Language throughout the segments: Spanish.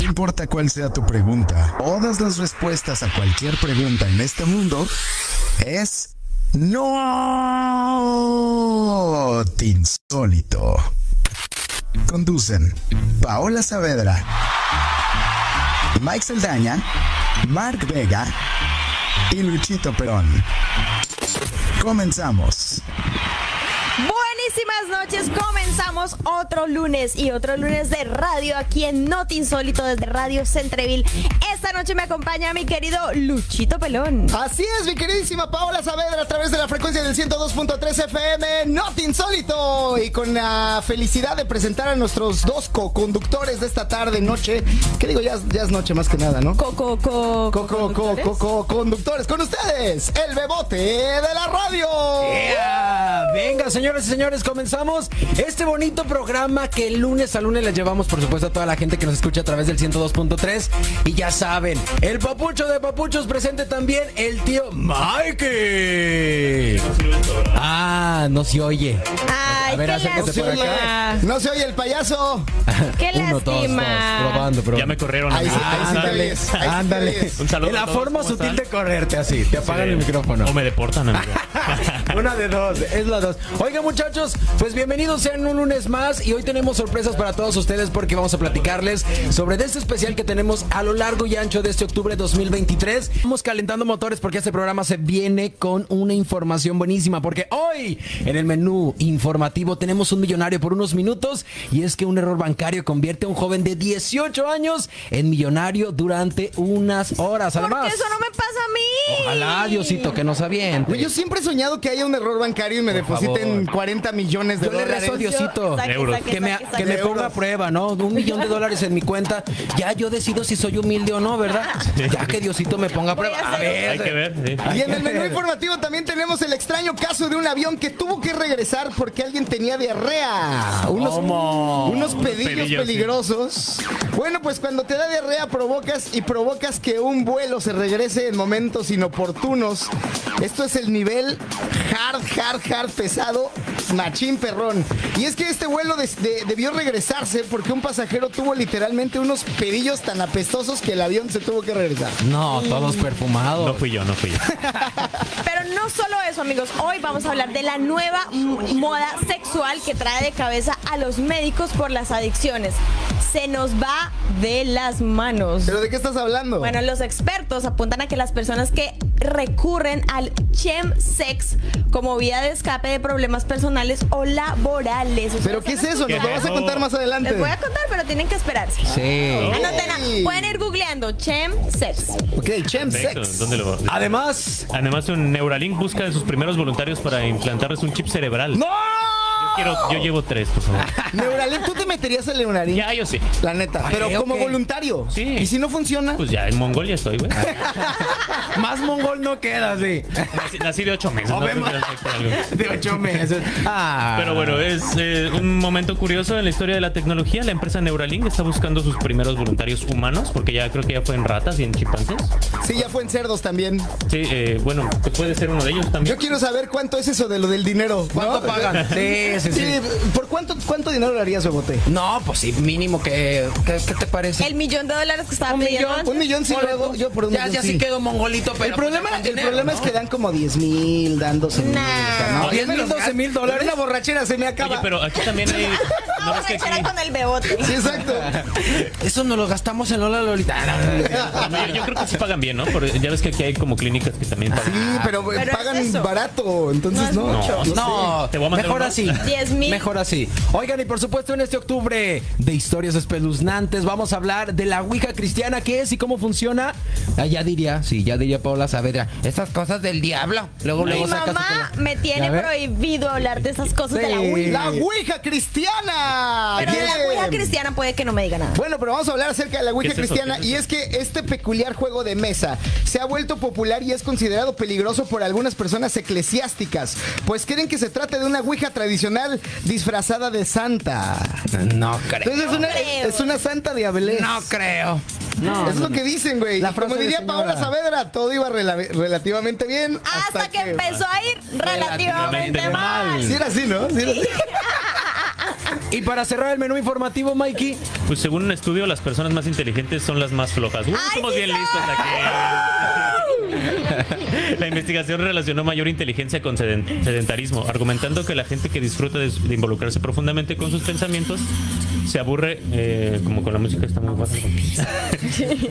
No importa cuál sea tu pregunta, todas las respuestas a cualquier pregunta en este mundo es no insólito. Conducen Paola Saavedra, Mike Saldaña, Mark Vega y Luchito Perón. Comenzamos. Buenísimas noches, comenzamos otro lunes y otro lunes de radio aquí en Not Insólito desde Radio Centreville. Esta noche me acompaña mi querido Luchito Pelón. Así es, mi queridísima Paola Saavedra a través de la frecuencia del 102.3 FM Not Insólito y con la felicidad de presentar a nuestros dos co-conductores de esta tarde, noche, que digo, ya, es- ya es noche más que nada, ¿no? Coco, coco. Coco, coco, coco, conductores, con ustedes, el bebote de la radio. ¡Ea! Venga, señoras y señores, comenzamos este bonito programa que lunes a lunes les llevamos, por supuesto, a toda la gente que nos escucha a través del 102.3. Y ya saben, el papucho de papuchos presente también el tío Mikey. Ah, no se oye. Ay, A ver, qué acércate por lástima. No se oye el payaso. Qué Uno, dos, dos. lástima. Probando, probando. Ya me Ah, corrieron. Ahí sí, amigos. ahí sí te ándale, oyes, ahí sí te ándale. oyes. Un saludo Es la a todos, forma ¿cómo sutil están? de correrte así. Te apagan el micrófono. O me deportan, amigo. Una de dos, es la dos. Oiga muchachos, pues bienvenidos sean un lunes más y hoy tenemos sorpresas para todos ustedes porque vamos a platicarles sobre de este especial que tenemos a lo largo y ancho de este octubre 2023. Vamos calentando motores porque este programa se viene con una información buenísima porque hoy en el menú informativo tenemos un millonario por unos minutos y es que un error bancario convierte a un joven de 18 años en millonario durante unas horas. Porque Además, eso no me pasa a mí. ojalá Diosito que nos aviente. Güey, Yo siempre he soñado que haya un error bancario y me depositen 40 millones de Yo le dólares. rezo a Diosito. Saque, Euros. saque, Que me, saque, que saque. me ponga a prueba, ¿no? Un millón de dólares en mi cuenta. Ya yo decido si soy humilde o no, ¿verdad? Ya que Diosito me ponga a Voy a prueba. A hacer- ver. Hay que ver. sí. Y en el menú informativo también tenemos el extraño caso de un avión que tuvo que regresar porque alguien tenía diarrea. Unos, ¿Cómo? unos pedillos, pedillos, peligrosos. Bueno, pues cuando te da diarrea provocas y provocas que un vuelo se regrese en momentos inoportunos. Esto es el nivel hard, hard, hard pesado, machín perrón. Y es que este vuelo des- de- debió regresarse porque un pasajero tuvo literalmente unos pedillos tan apestosos que el avión se tuvo que regresar. No, todos perfumados. No fui yo, no fui yo. Pero no solo eso, amigos. Hoy vamos a hablar de la nueva m- moda sexual que trae de cabeza a los médicos por las adicciones. Se nos va de las manos. ¿Pero de qué estás hablando? Bueno, los expertos apuntan a que las personas que recurren al chem sex como vía de escape de problemas personales o laborales. Ustedes ¿Pero qué es han eso? Nos lo vas a escuchado? contar más adelante. Les voy a contar, pero tienen que esperarse. Sí. Anoten, a- pueden ir googleando chem sex. Ok, Chem Perfecto, Sex. ¿Dónde lo Además. Además, un Neuralink busca de sus primeros voluntarios para implantarles un chip cerebral. ¡No! Yo, quiero- yo llevo tres, por favor. Neuralink, ¿tú te meterías al Neuralink? Ya, yo sí. La neta, pero ok. como voluntario. Sí. ¿Y si no funciona? Pues ya, en Mongolia estoy, güey. Más mongol no queda, sí. Nací, nací de ocho meses. no Obema. creo que sea por algo. De ocho meses. Ah. Pero bueno, es eh, un momento curioso en la historia de la tecnología. La empresa Neuralink está buscando sus primeros voluntarios humanos, porque ya creo que ya fue en ratas y en chimpancés. Sí, pues. ya fue en cerdos también. Sí, eh, bueno, puede ser uno de ellos también. Yo quiero saber cuánto es eso de lo del dinero. ¿Cuánto ¿no? pagan? Sí, sí, sí. Sí, ¿por cuánto, cuánto dinero le harías, Bebote? No, pues sí, mínimo que. ¿Qué, qué te parece? El millón de dólares que estaba Un pidiendo millón, antes. Un millón sí lo hago, yo por un ya, millón ya sí quedó mongolito, pero. El problema, pues, ya con el dinero, problema es ¿no? que dan como 10 mil, dándose mil. Nah. ¿no? ¿Diez mil, doce mil dólares? Una borrachera se me acaba. Oye, pero aquí también hay. Una ¿no ves que aquí- borrachera con el bebote. Sí, exacto. Eso nos lo gastamos en Lola Lolita. Ah, no, no, no. Yo, yo creo que sí pagan bien, ¿no? Pero ya ves que aquí hay como clínicas que también pagan. Ah, Sí, pero, eh, Pero es pagan eso. barato, entonces No no. es mucho. sé. No, Te voy a mandar mejor uno. así. 10,000. Mejor así. Oigan, y por supuesto, en este octubre de historias espeluznantes, vamos a hablar de la Ouija cristiana, qué es y cómo funciona. Ah, ya diría, sí, ya diría Paula Saavedra. Estas cosas del diablo. Luego, Mi luego sacas mamá tu- me Ya tiene ves. prohibido hablar de esas cosas de la Sí. Ouija. La Ouija cristiana. Pero de la Bien. Ouija cristiana puede que no me diga nada. Bueno, pero vamos a hablar acerca de la Ouija ¿Qué es eso? cristiana ¿Qué es y es que este peculiar juego de mesa se ha vuelto popular y es considerado peligroso por algunas personas eclesiásticas, pues creen que se trata de una Ouija tradicional disfrazada de santa. No creo. Entonces es una, creo. es una santa diablez. No creo. Eso es lo que dicen, güey. La Y como frase de diría señora. Paola Saavedra, todo iba rela- relativamente bien Hasta, que, empezó a ir relativamente Relativamente mal. mal. Sí era así, ¿no? Sí era así. Y para cerrar el menú informativo, Mikey, Pues según un estudio, las personas más inteligentes son las más flojas. Uy, ¡Ay, somos sí bien soy! listos aquí. La investigación relacionó mayor inteligencia con seden- sedentarismo, argumentando que la gente que disfruta de, de involucrarse profundamente con sus pensamientos se aburre, eh, como con la música está muy baja.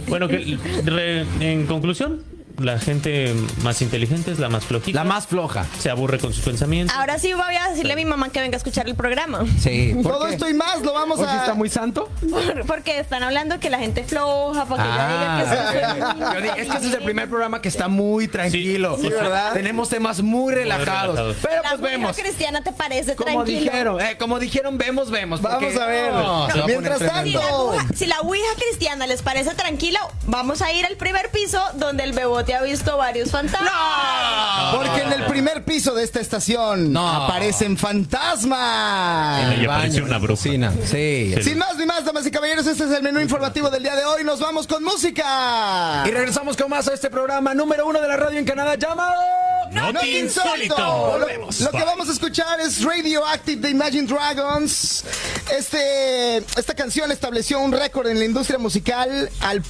bueno, que, re- en conclusión, la gente más inteligente es la más flojita. la más floja. se aburre con sus pensamientos. Ahora sí voy a decirle a mi mamá que venga a escuchar el programa. Sí. ¿por Todo qué? esto y más lo vamos ¿Porque a. está muy santo? Por- Porque están hablando que la gente es floja, porque Ah, ella diga que ok. Yo son di- es que este es el primer programa que está muy tranquilo. Sí, sí, ¿verdad? Tenemos temas muy relajados. relajados. Pero La pues mujer vemos. cristiana te parece Como tranquilo. dijeron, eh, como dijeron, vemos, vemos. Vamos porque- a ver. No, se va a Mientras poner Si tremendo. la, tanto. ouija, si la ouija cristiana les parece tranquila, vamos a ir al primer piso donde el bebote ha visto varios fantasmas. Porque en el primer piso de esta estación No. aparecen fantasmas. Ahí El apareció baño, una la bruja. cocina, Sí. Sí. Sin más ni más, damas y caballeros, este es el menú informativo del día de hoy. Nos vamos con música. Y regresamos con más a este programa número uno de la radio en Canadá llamado. No te insólito. Volvemos. Lo, que vamos a escuchar es Radioactive de Imagine Dragons. Este, esta canción estableció un récord en la industria musical al,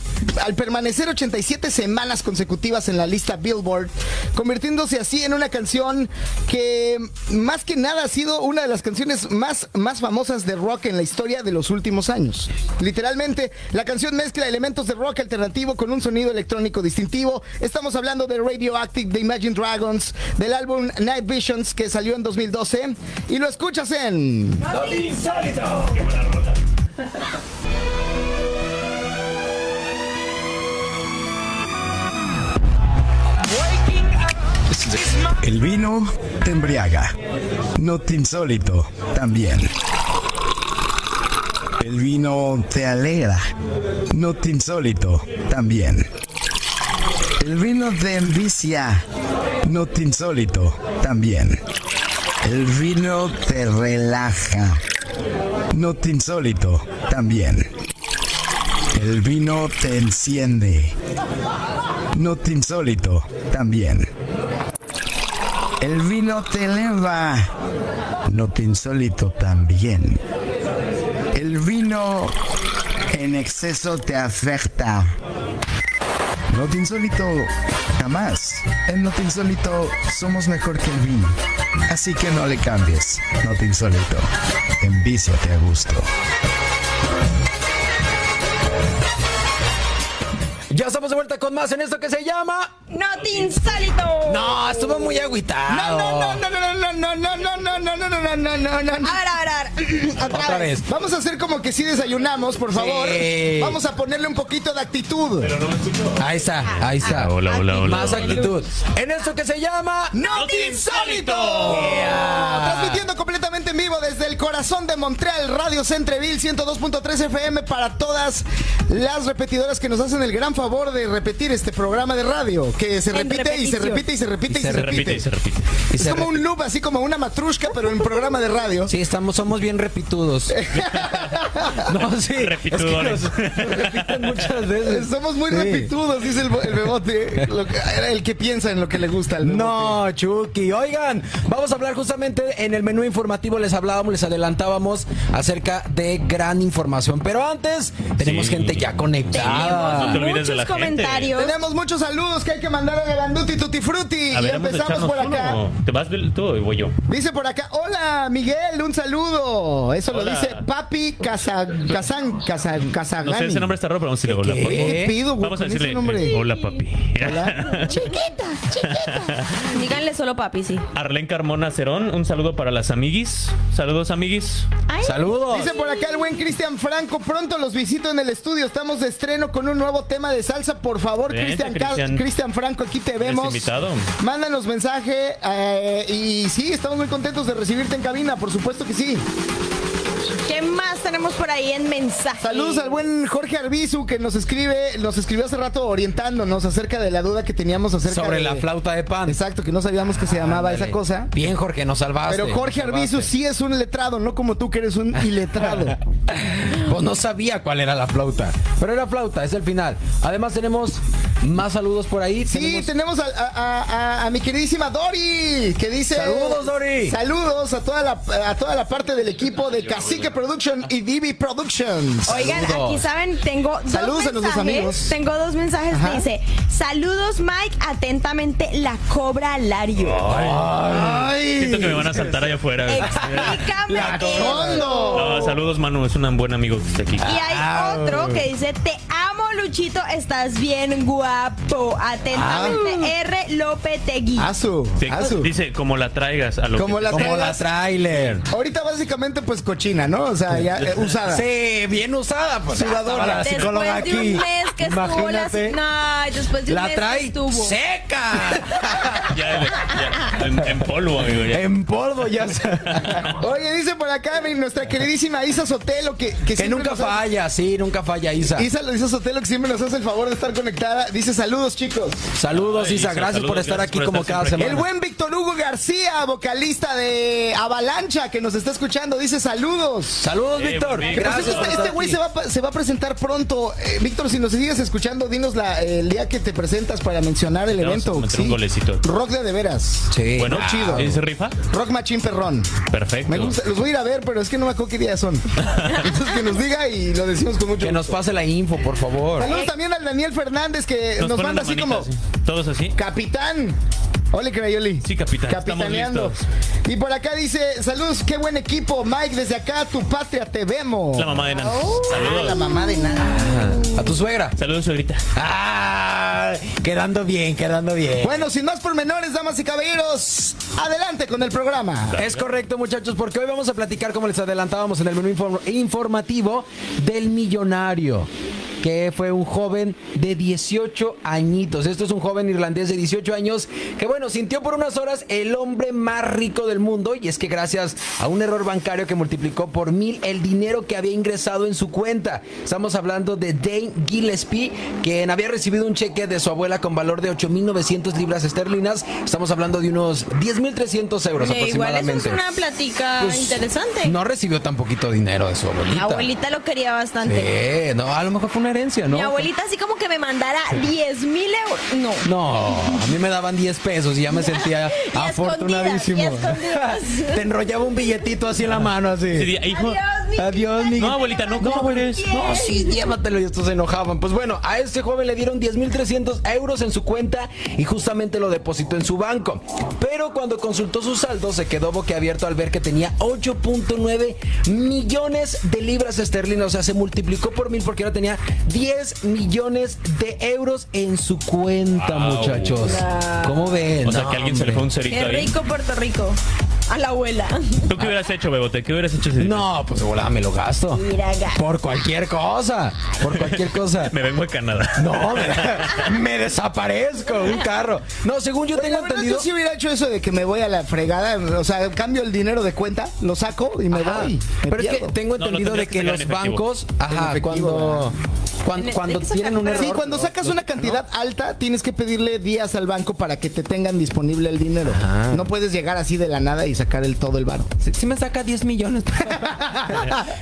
al permanecer 87 semanas consecutivas en la lista Billboard, convirtiéndose así en una canción que más que nada ha sido una de las canciones más, más famosas de rock en la historia de los últimos años. Literalmente, la canción mezcla elementos de rock alternativo con un sonido electrónico distintivo. Estamos hablando de Radioactive de Imagine Dragons, del álbum Night Visions que salió en 2012. Y lo escuchas en. El vino te embriaga. No te insólito también. El vino te alegra. No te insólito también. El vino te envicia. No te insólito también. El vino te relaja. No te insólito también. El vino te enciende. No te insólito también. El vino te eleva. No te insólito también. El vino en exceso te afecta. No te insólito jamás. En No te insólito somos mejor que el vino. Así que no le cambies. No te insólito. Envíciate a gusto. Ya estamos de vuelta con más en esto que se llama. ¡No te insólito! No, estuvo muy No, agüitado. no, no, no, no, no, no, no, no, no, no, no, no, no, no, no, no. A ver, a ver, a ver. Otra, Otra vez. vez. Vamos a hacer como que sí desayunamos, por favor. Sí. Vamos a ponerle un poquito de actitud. Ahí está, ahí está. Hola, hola, hola. Más actitud. En esto que se llama. ¡No te insólito! Transmitiendo completamente en vivo desde el corazón de Montreal, Radio Centreville 102.3 FM para todas las repetidoras que nos hacen el gran favor de repetir este programa de radio, que se En repite y se repetición. repite y se repite y se, Se repite y se repite. Y Es se como re- un loop, así como una matrushka, pero en programa de radio. Sí, estamos, somos bien repitudos. no, sí. es que Repitudones. nos- nos repiten muchas Eh, veces. Somos muy Sí. repitudos, dice el, bo- el bebote. Lo que- el que piensa en lo que le gusta al bebote. No, Chucky. Oigan, vamos a hablar justamente en el menú informativo. Les hablábamos, les adelantábamos acerca de gran información. Pero antes, tenemos Sí. gente ya Ah, no te conectada. Tenemos- olvides de Muchos la gente. comentarios. Tenemos muchos saludos que hay que mandar a Garanduti Tutti Frutti. A y ver, vamos a empezamos echarnos por acá. uno. ¿Te vas tú o voy yo? Dice por acá, hola Miguel, un saludo. Eso lo Hola. dice Papi Casa, Casan, Casa, Casagani. No sé, ese nombre está raro, pero vamos a decirle hola, ¿Qué? papi. ¿Qué pido, güey? Vamos a con ese decirle nombre? eh, hola, papi. Hola. Chiquita, chiquita. Díganle solo papi, sí. Arlén Carmona Cerón, un saludo para las amiguis. Saludos, amiguis. Ay, Saludos. Dice por acá el buen Cristian Franco, pronto los visito en el estudio. Estamos de estreno con un nuevo tema de salsa. Por favor, Vente, Cristian Cristian. Ca- Cristian Franco, aquí te vemos. invitado. Mándanos mensaje eh, y sí, estamos muy contentos de recibirte en cabina, por supuesto que sí. ¿Qué más tenemos por ahí en mensaje? Saludos al buen Jorge Arbizu que nos escribe, nos escribió hace rato orientándonos acerca de la duda que teníamos acerca Sobre de- la flauta de pan. Exacto, que no sabíamos que se llamaba esa cosa. Bien, Jorge, nos salvaste. Pero Jorge nos salvaste. Arbizu sí es un letrado, no como tú que eres un iletrado. Pues no sabía cuál era la flauta. Pero era flauta, es el final. Además tenemos Más saludos por ahí. Sí, Tenemos- tenemos a, a- a- a mi queridísima Dori, que dice... Saludos, Dori. Saludos a toda la, a toda la parte del equipo de Cacique Production y Divi Productions. Oigan, Saludos. aquí saben, tengo dos Saludos a mensajes. nuestros amigos. Tengo dos mensajes. Ajá. Dice, saludos Mike, atentamente la cobra Lario. Ay. Siento que me van a saltar allá afuera. Explícame. eso. ¡Hondo! No, saludos, Manu. Es un buen amigo que está aquí. Y Ah. hay otro que dice, te amo Luchito, estás bien guapo. Atentamente Ah. R. Lopetegui. Asu, Sí, asu. dice, como la traigas a lo Ah, Como que- la Como la traigas. trailer. Ahorita básicamente pues cochina, ¿no? O sea, ya eh, usada. Sí, bien usada, pues. Sudadora. Estaba la Después psicóloga de un aquí. mes que estuvo la... Imagínate. No, después de un La mes que trae estuvo. seca. Ya, ya, en, en polvo, amigo. Eh, ya. en polvo ya. se- Oye, dice por acá mi- nuestra queridísima Isa Sotelo que, que, que siempre nunca nos hace- falla, sí, nunca falla, Isa. Isa, Isa Sotelo que siempre nos hace el favor de estar conectada. Dice saludos chicos. Saludos, Ay, Isa. Isa, Gracias por saludos, estar gracias aquí por como estar cada siempre semana. El buen Víctor Hugo García, vocalista de Avalancha, que nos está escuchando, dice saludos. Saludos, Eh, Víctor. buen Víctor. Gracias. Pues por este- estar este güey aquí. se va, a pa- se va a presentar pronto. Eh, Víctor, si nos sigues escuchando, dinos la, el día que te presentas para mencionar el Le vamos a evento. meter un golecito. Rock de de veras. Sí. Bueno, Ah, chido. ¿Es rifa? Rock Machín Perrón. Perfecto. Me gusta, los voy a ir a ver, pero es que no me acuerdo qué día son. Entonces que nos diga y lo decimos con mucho Que nos gusto. pase la info, por favor. Saludos también al Daniel Fernández que nos, Nos ponen manda la así manita, como así. ¿Todos así? capitán. Ole, Crayoli. Sí, capitán, estamos Capitaneando. listos. Y por acá dice, saludos, qué buen equipo, Mike, desde acá, tu patria, te vemos. La mamá de Ah. Nan. Ah, la Saludos. mamá de nada. A tu suegra. Saludos, suegrita. Ah, quedando bien, quedando bien. Bueno, sin más pormenores, damas y caballeros, adelante con el programa. Es correcto, muchachos, porque hoy vamos a platicar, como les adelantábamos en el menú inform- informativo, del millonario, que fue un joven de 18 añitos. Esto es un joven irlandés de 18 años que, bueno, sintió por unas horas el hombre más rico del mundo, y es que gracias a un error bancario que multiplicó por mil el dinero que había ingresado en su cuenta. Estamos hablando de Dane Gillespie, quien había recibido un cheque de su abuela con valor de 8.900 libras esterlinas. Estamos hablando de unos 10.300 euros Oye, Eh, igual eso es Pues aproximadamente. una platica Pues, interesante. No recibió tan poquito dinero de su Mi abuelita. abuelita lo quería bastante. Sí, no, a lo mejor fue una herencia, ¿no? Mi abuelita así como que me mandara 10 mil euros. No. No, a mí me daban 10 pesos y ya me sentía Y afortunadísimo. escondidas, y escondidas. Te enrollaba un billetito así en la mano, Ese así. día, hijo. Adiós, mi No, abuelita, no, ¿cómo eres? No, sí, llévatelo y estos se enojaban. Pues bueno, a este joven le dieron 10.300 euros en su cuenta y justamente lo depositó en su banco. Pero cuando consultó su saldo se quedó boquiabierto al ver que tenía 8.9 millones de libras esterlinas. O sea, se multiplicó por mil porque ahora tenía 10 millones de euros en su cuenta, Wow. muchachos. ¿Cómo ven? O sea, No, que alguien se le fue un hombre. cerito Qué ahí. rico Puerto Rico. A la abuela. ¿Tú qué hubieras hecho, Bebote? ¿Qué hubieras hecho? si- No, pues de volada me lo gasto. Mira, gato. Por cualquier cosa. Por cualquier cosa. Me vengo a Canadá. No, me, me desaparezco, un carro. No, según yo tengo La verdad, entendido. yo sí hubiera hecho eso de que me voy a la fregada, o sea, cambio el dinero de cuenta, lo saco y me Ajá, voy. me Ah, pero es que pierdo. tengo No, lo entendido de tendrías que que los sacar en efectivo. bancos, ajá, En efectivo, cuando, cuando, En- cuando tienes que tienen sacar un para- error. Sí, cuando sacas una cantidad alta, tienes que pedirle días al banco para que te tengan disponible el dinero. No puedes llegar así de la nada y sacar el todo el barro. Si, si me saca 10 millones.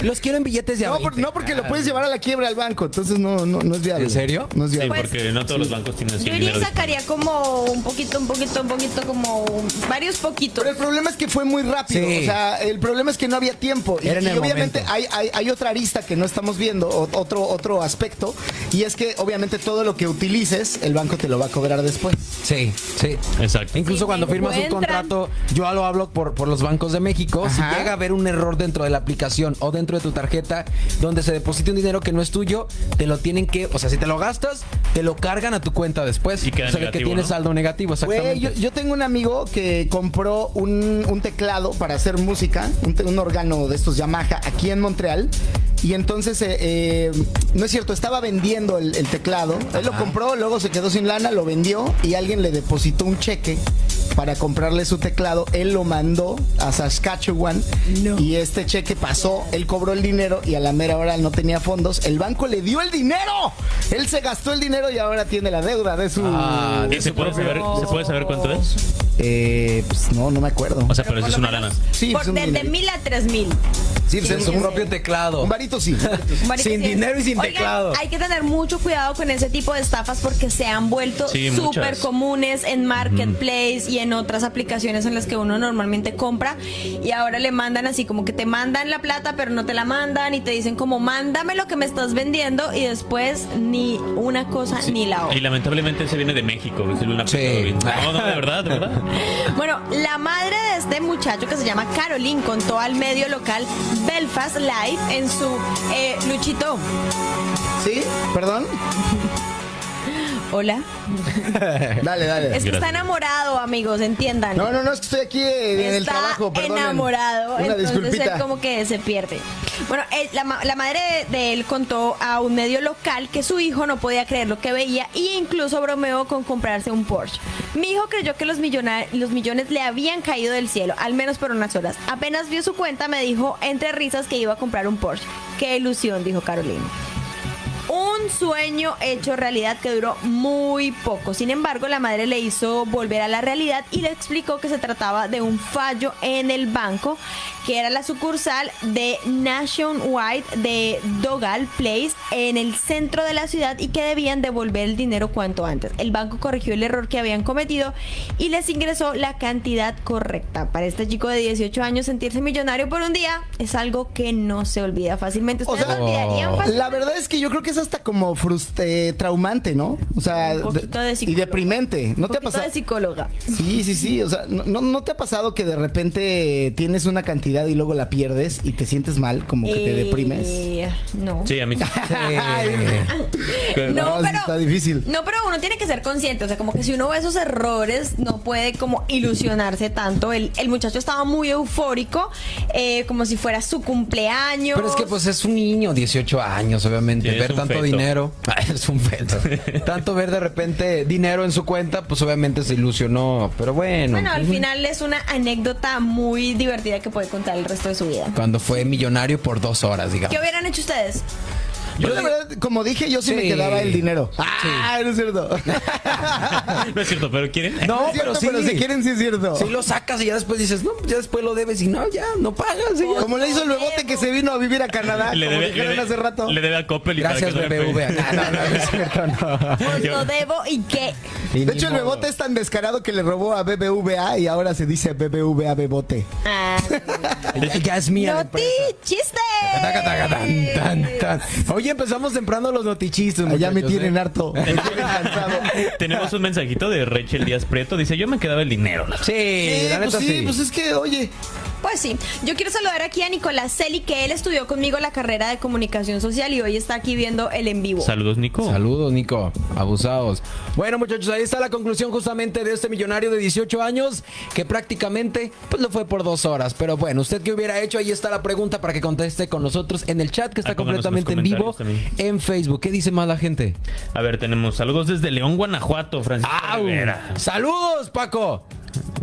los quiero en billetes de a No, por- 20. no, porque lo puedes llevar a la quiebra al banco, entonces no, no, no es viable. ¿En serio? No es Sí, viable. porque no todos los bancos tienen ese Yo iría dinero. y sacaría como un poquito, un poquito, un poquito, como varios poquitos. Pero el problema es que fue muy rápido. Sí. O sea, el problema es que no había tiempo. Y, Era en y el obviamente momento. hay, hay, hay otra arista que no estamos viendo, o- otro, otro aspecto. Y es que obviamente todo lo que utilices, el banco te lo va a cobrar después. Sí, sí. Exacto. Incluso Sí, cuando me firmas un encuentran. contrato, yo lo hablo por, por los bancos de México. Ajá. Si llega a haber un error dentro de la aplicación o dentro de tu tarjeta donde se deposite un dinero que no es tuyo, te lo tienen que, o sea, si te lo gastas, te lo cargan a tu cuenta después. Y queda o sea, de que negativo, tienes ¿no? saldo negativo, Güey, exactamente. yo, yo tengo un amigo que compró un, un teclado para hacer música, un, te- un órgano de estos Yamaha aquí en Montreal. Y entonces, eh, eh, no es cierto, estaba vendiendo el, el teclado. Él lo compró, luego se quedó sin lana, lo vendió y alguien le depositó un cheque para comprarle su teclado. Él lo mandó a Saskatchewan y este cheque pasó, él cobró el dinero y a la mera hora no tenía fondos. El banco le dio el dinero. Él se gastó el dinero y ahora tiene la deuda de su... Ah, ¿Y se puede, saber, se puede saber cuánto es? Eh, pues no, no me acuerdo. O sea, pero, eso es una lana. Sí, Por- es un desde dinerito. mil a tres mil. Sí, pues es su propio teclado. Un varito sí. Marica, Sin sí. dinero y sin Oigan, teclado. Hay que tener mucho cuidado con ese tipo de estafas porque se han vuelto Sí, súper muchas. comunes en Marketplace y en otras aplicaciones en las que uno normalmente compra. Y ahora le mandan así como que te mandan la plata, pero no te la mandan y te dicen como mándame lo que me estás vendiendo y después ni una cosa ni la otra. Y lamentablemente se viene de México, es una Sí. No, no, de verdad, de verdad. Bueno, la madre de este muchacho que se llama Caroline contó al medio local Belfast Live en su eh, Luchito. ¿Sí? ¿Perdón? Hola. Dale, dale. Es que está Gracias. enamorado, amigos, entiendan. No, no, no, es que estoy aquí eh, en el está trabajo, perdón. enamorado, Una entonces disculpita. él como que se pierde. Bueno, él- la, ma- la madre de, de él contó a un medio local que su hijo no podía creer lo que veía e incluso bromeó con comprarse un Porsche. Mi hijo creyó que los, millona- los millones le habían caído del cielo, al menos por unas horas. Apenas vio su cuenta me dijo entre risas que iba a comprar un Porsche. Qué ilusión, dijo Carolina. Un sueño hecho realidad que duró muy poco. Sin embargo, la madre le hizo volver a la realidad y le explicó que se trataba de un fallo en el banco, que era la sucursal de Nationwide de Dogal Place en el centro de la ciudad y que debían devolver el dinero cuanto antes. El banco corrigió el error que habían cometido y les ingresó la cantidad correcta. Para este chico de 18 años, sentirse millonario por un día es algo que no se olvida fácilmente. O ¿Ustedes sea, lo olvidarían fácilmente? La verdad es que yo creo que es hasta como frustrante, traumante, ¿no? O sea, Un poquito de y psicólogo. deprimente. ¿No te ha poquito pasado? de psicóloga. Sí, sí, sí. O sea, ¿no, no- no te ha pasado que de repente tienes una cantidad y luego la pierdes y te sientes mal, como que te Eh, deprimes? No. Sí, a mí sí. No, No, sí pero, está difícil. No, pero uno tiene que ser consciente. O sea, como que si uno ve esos errores, no puede como ilusionarse tanto. El, el muchacho estaba muy eufórico, eh, como si fuera su cumpleaños. Pero es que pues es un niño, 18 años, obviamente. Sí, es ver un tanto feto. dinero. Ay, es un feto. tanto ver de repente dinero en su cuenta, pues obviamente se ilusionó. Pero bueno. Bueno, al final es una anécdota muy divertida que puede contar el resto de su vida. Cuando fue millonario por dos horas, digamos. ¿Qué hubieran hecho ustedes? Yo, la verdad, como dije, yo sí, me Sí. quedaba el dinero. Sí. Ah, no es cierto. No es cierto, pero quieren. No No, es cierto, pero sí. pero si quieren, sí es cierto. Sí lo sacas y ya después dices, no, pues ya después lo debes y no, ya, no pagas. y ya. Como le hizo el bebote que se vino a vivir a Canadá, Le como debe, le dijeron debe- hace rato. le debe a Coppel y Gracias, para que no le BBVA. peguen. No, no, no, no es cierto, no. Pues Yo- lo debo y qué. De hecho, el bebote es tan descarado que le robó a BBVA y ahora se dice BBVA bebote. Ah, Ya, ya es mía. la ¡Noti! empresa. ¡Chiste! Taca, taca, tan, tan, tan. Hoy empezamos temprano los notichistes. Allá me muchachos, tienen ¿eh? harto. Me tienen cansado. Tenemos un mensajito de Rachel Díaz Prieto. Dice: Yo me quedaba el dinero. la- Sí, Sí, la pues neta sí, sí. pues es que, oye, Pues sí, yo quiero saludar aquí a Nicolás Celi, que él estudió conmigo la carrera de comunicación social y hoy está aquí viendo el en vivo. Saludos, Nico. Saludos, Nico. Abusados. Bueno, muchachos, ahí está la conclusión justamente de este millonario de 18 años que prácticamente pues lo fue por dos horas. Pero bueno, ¿usted qué hubiera hecho? Ahí está la pregunta para que conteste con nosotros en el chat que está Ah, pónganos en los completamente en vivo comentarios en Facebook. ¿Qué dice más la gente? A ver, tenemos saludos desde León, Guanajuato, Francisco ¡Au! Rivera. ¡Saludos, Paco!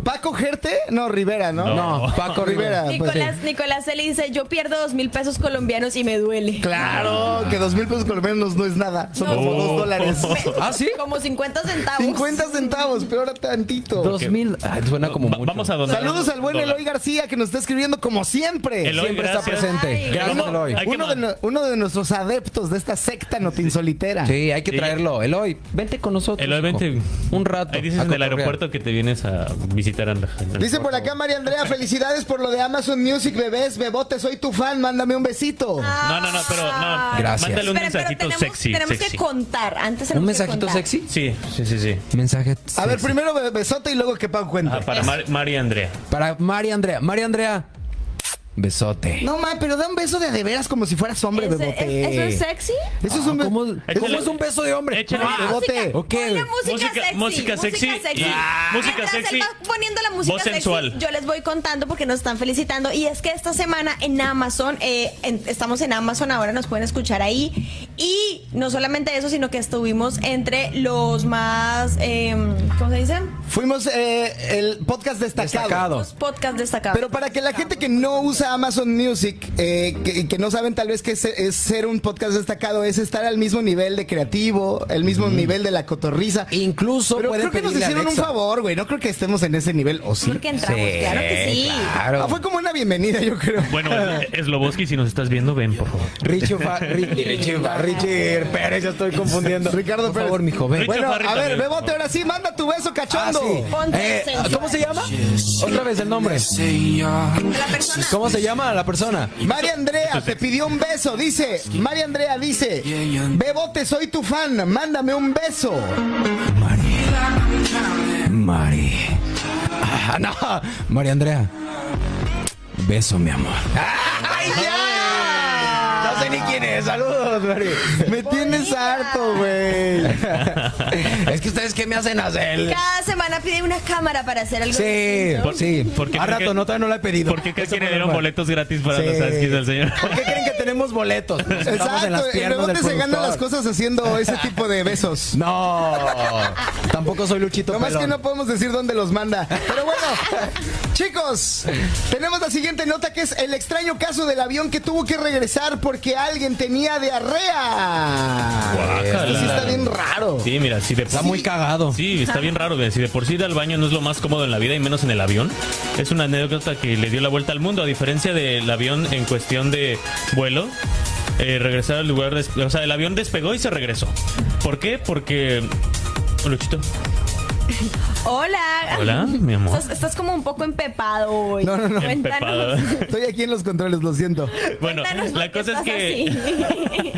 Paco Gerte, no, Rivera, ¿no? No, Paco Rivera. Rivera. pues, Nicolás, Nicolás Celi dice, yo pierdo dos mil pesos colombianos y me duele. Claro, que dos mil pesos colombianos no es nada, son No. como dos Oh. dólares. ¿Ah, sí? Como 50 centavos. 50 centavos, peor tantito. Dos mil. Ah, suena como Va- mucho. Vamos a donar. Saludos al buen Donar. Eloy García que nos está escribiendo como siempre. Eloy, Siempre está gracias. presente. Ay. Gracias, ¿Cómo? Eloy. Hay que uno, de, mandar- nu- uno de nuestros adeptos de esta secta notinsolitera. Sí, hay que Sí. traerlo. Eloy, vente con nosotros. Eloy, hijo. vente. Un rato. Ahí dices a en el cotorrear. aeropuerto que te vienes a visitar a la gente. Dice por acá María Andrea, felicidades por lo de Amazon Music, bebés, bebote, soy tu fan, mándame un besito. Ah. No, no, no, pero no. Gracias. Mándale un Pero- pero mensajito tenemos, sexy. tenemos sexy. que contar. Antes ¿Un tenemos que mensajito contar. sexy? Sí, sí, sí, sí. Mensaje. A ver, sexy. primero be- besote y luego que Pau cuente. Ah, para Mar- María Andrea. Para María Andrea. María Andrea. Besote. No, ma, pero da un beso de a de veras como si fueras hombre, ¿Eso, bebote. es- ¿Eso es sexy? Eso es un Ah, beso. ¿Cómo, cómo es un beso de hombre? Échale. Ah, Bebote. Ok. Ponle música, Música- sexy. música sexy y- Ah. música Mientras él sexy, va poniendo la música voz sexy, sensual. yo les voy contando porque nos están felicitando. Y es que esta semana en Amazon, eh, en- estamos en Amazon ahora, nos pueden escuchar ahí. Y no solamente eso, sino que estuvimos entre los más, em, ¿cómo se dice? Fuimos eh, el podcast destacado. Destacado. Los podcast destacados. Ah, Pero para que la gente que no usa Amazon Music, eh, que, que no saben tal vez que es, es ser un podcast destacado, es estar al mismo nivel de creativo, el mismo nivel de la cotorriza. Incluso Pero pueden creo que nos pedirle a hicieron un Alexa. favor, güey. No creo que estemos en ese nivel, ¿o sí? Porque entramos, claro que sí. Ah, fue como una bienvenida, yo creo. Bueno, Sloboski, si nos estás viendo, ven, por favor. Richie, Fa- Ri- Richie, Fa- Richie Pérez, ya estoy confundiendo. Ricardo Por Pérez. favor, mi joven. Richie Bueno, Farri a ver, también. Bebote, ahora sí, manda tu beso Ah, cachondo. sí. Ponte Eh, sensual. ¿Cómo se llama? Otra vez el nombre. La persona. ¿Cómo se llama la persona? María Andrea te pidió un beso, dice. María Andrea dice, Bebote, soy tu fan, mándame un beso. Mari. Ah, no, María Andrea. Beso, mi amor. ¡Ay, ya! No sé ni quién es. Saludos, Mari. Me tienes harto, güey. Es que ustedes qué me hacen hacer. Cada semana pide una cámara para hacer algo. Sí, distinto. Por- sí. ¿por qué A creen que- rato, no, todavía no la he pedido. ¿Por qué crees Eso que fue le dieron normal. boletos gratis para los Sí. Askis al señor? ¿Por qué creen que tenemos boletos? Nos sentamos en las Exacto, el piernas Bebote del se gana productor. las cosas haciendo ese tipo de besos. No, tampoco soy Luchito Nomás que Pelón. no podemos decir dónde los manda. Pero bueno, chicos, tenemos la siguiente nota que es el extraño caso del avión que tuvo que regresar porque alguien tenía diarrea. Guácala. Esto sí está bien raro. Sí, mira, si de por Está muy cagado. Sí, está bien raro. güey. Si de por sí ir al baño no es lo más cómodo en la vida y menos en el avión, es una anécdota que le dio la vuelta al mundo. A diferencia del avión en cuestión de vuelo, eh, regresar al lugar. des- O sea, el avión despegó y se regresó. ¿Por qué? Porque. Luchito. Hola. Hola, mi amor. Estás, estás como un poco empepado hoy. No, no, no. Cuéntanos. Empepado. Estoy aquí en los controles, lo siento. Bueno, Cuéntanos por la qué cosa es estás que.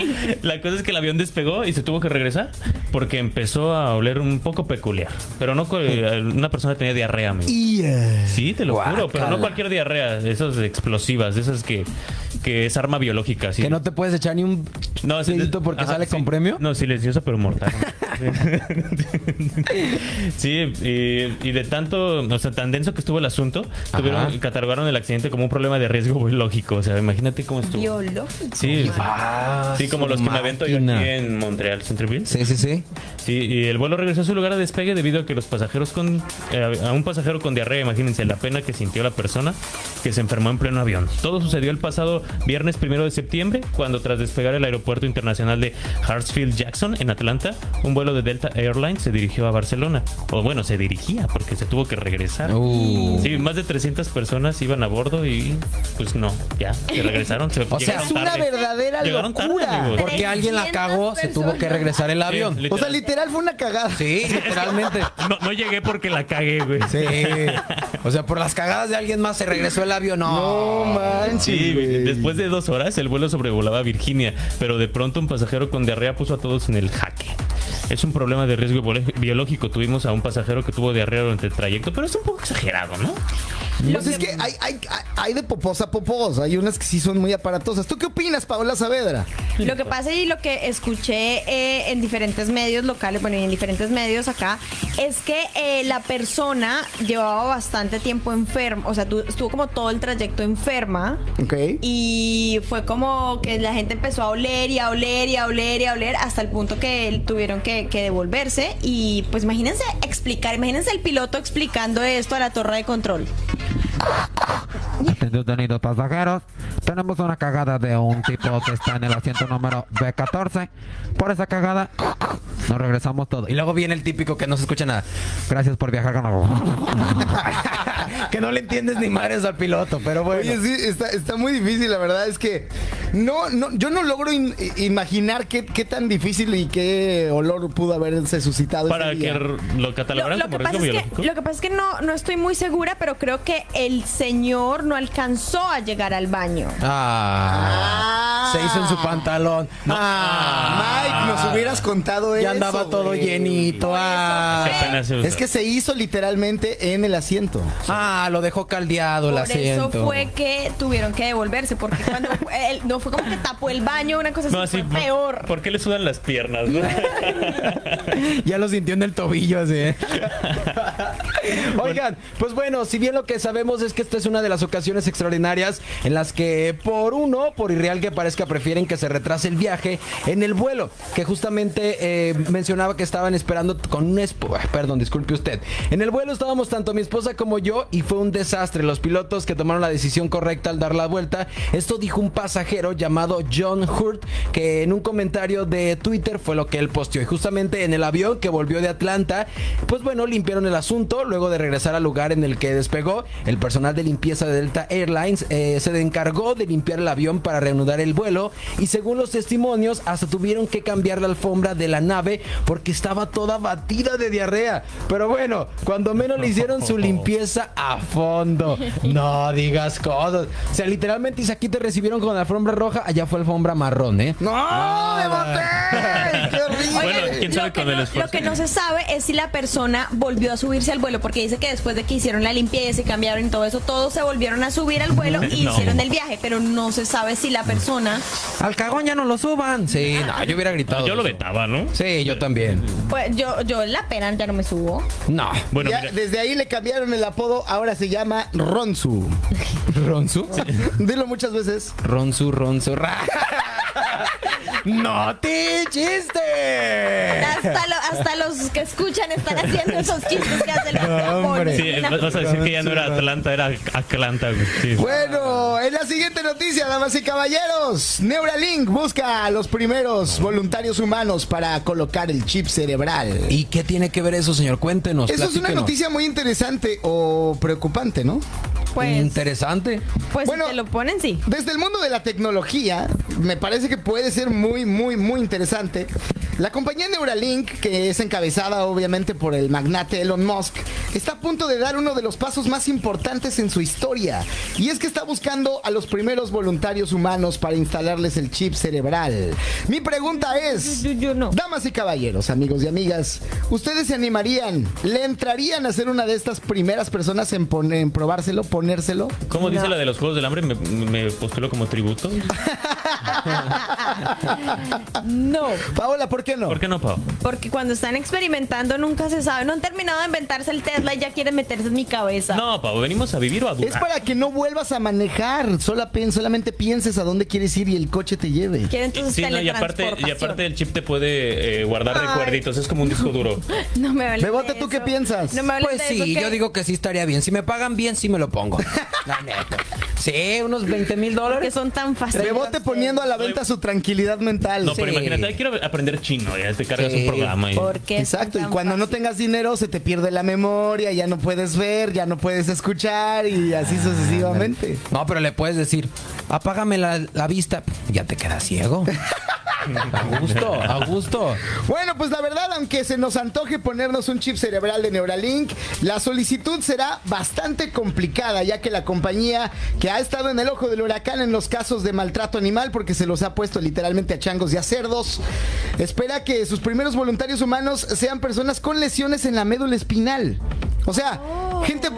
así. La cosa es que el avión despegó y se tuvo que regresar porque empezó a oler un poco peculiar. Pero no cual- eh, una persona tenía diarrea, amigo. Sí, te lo juro, pero eh, Guácala. no cualquier diarrea, esas explosivas, esas que, que es arma biológica. así. Que no te puedes echar ni un No, es- dedito porque ajá, sale sí. con premio. No, silenciosa pero mortal. sí, y, y de tanto, o sea, tan denso que estuvo el asunto, tuvieron, catalogaron el accidente como un problema de riesgo biológico. O sea, imagínate cómo estuvo. Biológico. Sí, Ah, sí, como su los que me avento yo máquina. aquí en Montreal Centerville. Sí, sí, sí. Sí, y el vuelo regresó a su lugar de despegue debido a que los pasajeros con eh, a un pasajero con diarrea, imagínense la pena que sintió la persona que se enfermó en pleno avión. Todo sucedió el pasado viernes primero de septiembre, cuando tras despegar el aeropuerto internacional de Hartsfield Jackson en Atlanta, un vuelo de Delta Airlines se dirigió a Barcelona. O bueno, se dirigía porque se tuvo que regresar. Uh. Sí, más de 300 personas iban a bordo y pues no, ya, se regresaron. Se O sea, llegaron es una tarde. verdadera Llegaron tarde, locura. amigos. Porque alguien la cagó, se tuvo que regresar el avión. Sí, O sea, literal. literal fue una cagada. Sí, literalmente. No, no llegué porque la cagué, güey. Sí. O sea, por las cagadas de alguien más se regresó el avión. No No. manches. Sí, güey. después de dos horas el vuelo sobrevolaba Virginia, pero de pronto un pasajero con diarrea puso a todos en el jaque. Es un problema de riesgo biol- biológico. Tuvimos a un pasajero que tuvo diarrea durante el trayecto, pero es un poco exagerado, ¿no? Pues es que hay, hay, hay de popos a popos. Hay unas que sí son muy aparatosas. ¿Tú qué opinas, Paola Saavedra? Lo que pasa y lo que escuché eh, en diferentes medios locales, bueno, y en diferentes medios acá, es que eh, la persona llevaba bastante tiempo enferma, o sea, tu- estuvo como todo el trayecto enferma. Ok. Y fue como que la gente empezó a oler y a oler y a oler y a oler hasta el punto que tuvieron que, que devolverse. Y pues imagínense explicar, imagínense el piloto explicando esto a la torre de control. Atención, tenidos pasajeros. Tenemos una cagada de un tipo que está en el asiento número B14. Por esa cagada, nos regresamos todos. Y luego viene el típico que no se escucha nada. Gracias por viajar con que no le entiendes ni madres al piloto, pero bueno. Oye, sí, está, está muy difícil, la verdad es que no, no, yo no logro in- imaginar qué, qué tan difícil y qué olor pudo haberse suscitado. ese Para que día. r- lo Lo, catalogaran lo como que riesgo pasa es biológico. que, lo que pasa es que no, no estoy muy segura, pero creo que el señor no alcanzó a llegar al baño. Ah, Ah. Se hizo en su pantalón. Ah, Ah, Mike, nos hubieras contado eso. Ya andaba todo güey. llenito. Ah, Qué pena se usa. Es que se hizo literalmente en el asiento. Ah, lo dejó caldeado el Por asiento. eso fue que tuvieron que devolverse, porque cuando él- no fue como que tapó el baño, una cosa así, No, así, fue peor. ¿Por qué le sudan las piernas? no? Ya lo sintió en el tobillo así. ¿eh? Oigan, pues bueno, si bien lo que sabemos es que esta es una de las ocasiones extraordinarias en las que por uno, por irreal que parezca, Alaska prefieren que se retrase el viaje en el vuelo, que justamente eh, mencionaba que estaban esperando con un... esp- ah, Perdón, disculpe usted. En el vuelo estábamos tanto mi esposa como yo y fue un desastre. Los pilotos que tomaron la decisión correcta al dar la vuelta, esto dijo un pasajero llamado John Hurt, que en un comentario de Twitter fue lo que él posteó. Y justamente en el avión que volvió de Atlanta, pues bueno, limpiaron el asunto. Luego de regresar al lugar en el que despegó, el personal de limpieza de Delta Airlines eh, se encargó de limpiar el avión para reanudar el vuelo. Y según los testimonios, hasta tuvieron que cambiar la alfombra de la nave porque estaba toda batida de diarrea. Pero bueno, cuando menos le hicieron su limpieza a fondo. No digas cosas. O sea, literalmente, dice, aquí te recibieron con la alfombra roja, allá fue alfombra marrón, ¿eh? ¡No! Ah. ¡Me maté! ¡Qué horrible! Bueno, quién sabe lo, que con el no, esfuerzo. lo que no se sabe es si la persona volvió a subirse al vuelo, porque dice que después de que hicieron la limpieza y cambiaron y todo eso, todos se volvieron a subir al vuelo y No. Mm. hicieron el viaje, pero no se sabe si la persona, Al cagón ya no lo suban. Sí, no, yo hubiera gritado. Ah, Yo lo eso. vetaba, ¿no? Sí, yo también. pues yo, yo en la pena ya no me subo. No. Bueno, Ya, mira, desde ahí le cambiaron el apodo, ahora se llama Ronsu. ¿Ronsu? Dilo muchas veces. Ronsu, Ronsu. ra. ¡No te chiste! Hasta, lo- hasta los que escuchan están haciendo esos chistes que hacen los Hombre. japoneses. sí, vas a decir que ya no era Atlanta, era Atlanta. güey. Sí. Bueno, en la siguiente noticia, damas y caballeros, Neuralink busca a los primeros voluntarios humanos para colocar el chip cerebral. ¿Y qué tiene que ver eso, señor? Cuéntenos. Eso es una platíquenos. noticia muy interesante o preocupante, ¿no? Pues, Interesante. pues Bueno. si te lo ponen, sí. Desde el mundo de la tecnología, me parece que puede ser muy, muy, muy interesante. La compañía Neuralink, que es encabezada obviamente por el magnate Elon Musk, está a punto de dar uno de los pasos más importantes en su historia. Y es que está buscando a los primeros voluntarios humanos para instalarles el chip cerebral. Mi pregunta es, Yo- yo no. damas y caballeros, amigos y amigas, ¿ustedes se animarían, le entrarían a ser una de estas primeras personas en, pon- en probárselo, ponérselo? ¿Cómo dice No. la de los Juegos del Hambre? ¿Me, me postulo como tributo? No, Paola, ¿por qué no? ¿Por qué no, Pau? porque cuando están experimentando nunca se sabe. No han terminado de inventarse el Tesla y ya quieren meterse en mi cabeza. No, Pau, venimos a vivir o a Es durar. para que no vuelvas a manejar, sola pen- solamente pienses a dónde quieres ir y el coche te lleve. Quieren entonces Sí, no, y aparte, y aparte el chip te puede eh, guardar Ay. recuerditos, es como un disco duro. No me hables Bebote, de ¿tú qué eso. piensas? No me hables Pues de sí, eso, que- yo digo que sí estaría bien. Si me pagan bien, sí me lo pongo. La neta. Sí, unos 20 mil que dólares. son tan fáciles. Rebote poniendo a la venta su tranquilidad mental. No, pero Sí. imagínate, ay, quiero aprender chino, ya te cargas Sí. un programa. Y... Porque Exacto, y cuando no tengas dinero se te pierde la memoria, ya no puedes ver, ya no puedes escuchar y así Ah, sucesivamente. No, pero le puedes decir, apágame la, la vista. Ya te quedas ciego. A gusto, a gusto. Bueno, pues la verdad, aunque se nos antoje ponernos un chip cerebral de Neuralink, la solicitud será bastante complicada, ya que la compañía que ha estado en el ojo del huracán en los casos de maltrato animal, porque se los ha puesto literalmente a changos y a cerdos, espera que sus primeros voluntarios humanos sean personas con lesiones en la médula espinal. O sea, gente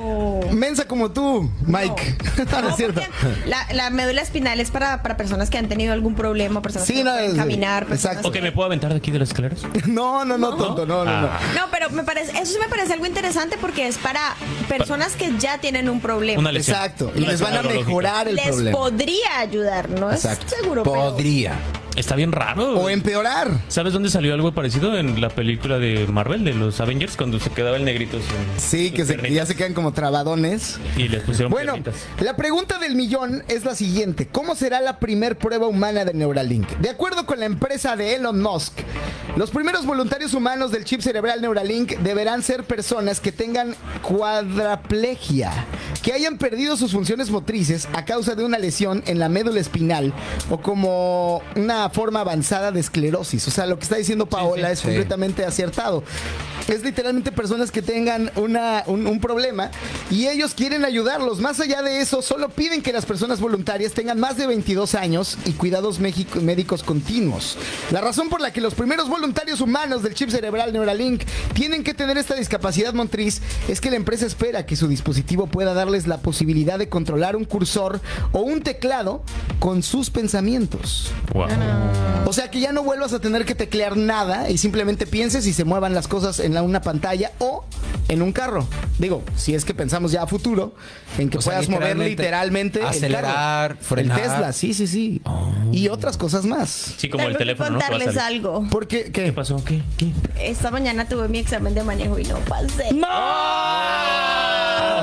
mensa como tú, Mike. Oh. Ah, No, no es cierto. La, la médula espinal es para, para personas que han tenido algún problema, personas Sí, que no, no, pueden es- caminar. personas exacto. Ok, ¿me puedo aventar de aquí de las escaleras? No, no, no, tonto, no, no, no. Ah, No, pero me parece, eso sí me parece algo interesante porque es para personas que ya tienen un problema. Una lesión. Exacto. Y Una les van a lesión mejorar el Les problema. podría ayudar, ¿no? Exacto. Es seguro. pero- Podría. biológica. Está bien raro. O güey. empeorar. ¿Sabes dónde salió algo parecido? En la película de Marvel, de los Avengers, cuando se quedaba el negrito. sin- Sí, sin que se- piernitas. ya se quedan como trabadones. Y les pusieron Bueno, piernitas. la pregunta del millón es la siguiente. ¿Cómo será la primer prueba humana de Neuralink? De acuerdo con la empresa de Elon Musk, los primeros voluntarios humanos del chip cerebral Neuralink deberán ser personas que tengan cuadraplegia, que hayan perdido sus funciones motrices a causa de una lesión en la médula espinal o como una forma avanzada de esclerosis. O sea, lo que está diciendo Paola es sí. completamente acertado. Es literalmente personas que tengan una, un, un problema y ellos quieren ayudarlos. Más allá de eso, solo piden que las personas voluntarias tengan más de 22 años y cuidados méxico- médicos continuos. La razón por la que los primeros voluntarios humanos del chip cerebral Neuralink tienen que tener esta discapacidad motriz es que la empresa espera que su dispositivo pueda darles la posibilidad de controlar un cursor o un teclado con sus pensamientos. Wow. O sea que ya no vuelvas a tener que teclear nada y simplemente pienses y se muevan las cosas en la, una pantalla o en un carro. Digo, si es que pensamos ya a futuro, en que O sea, puedas mover literalmente. literalmente, el acelerar, carro. frenar. Oh. El Tesla, sí, sí, sí. Y otras cosas más. Sí, como Tengo el que teléfono, ¿no? Que va a contarles salir. algo. Porque, ¿qué? ¿Qué pasó? ¿Qué? ¿Qué? Esta mañana tuve mi examen de manejo y no pasé. ¡No!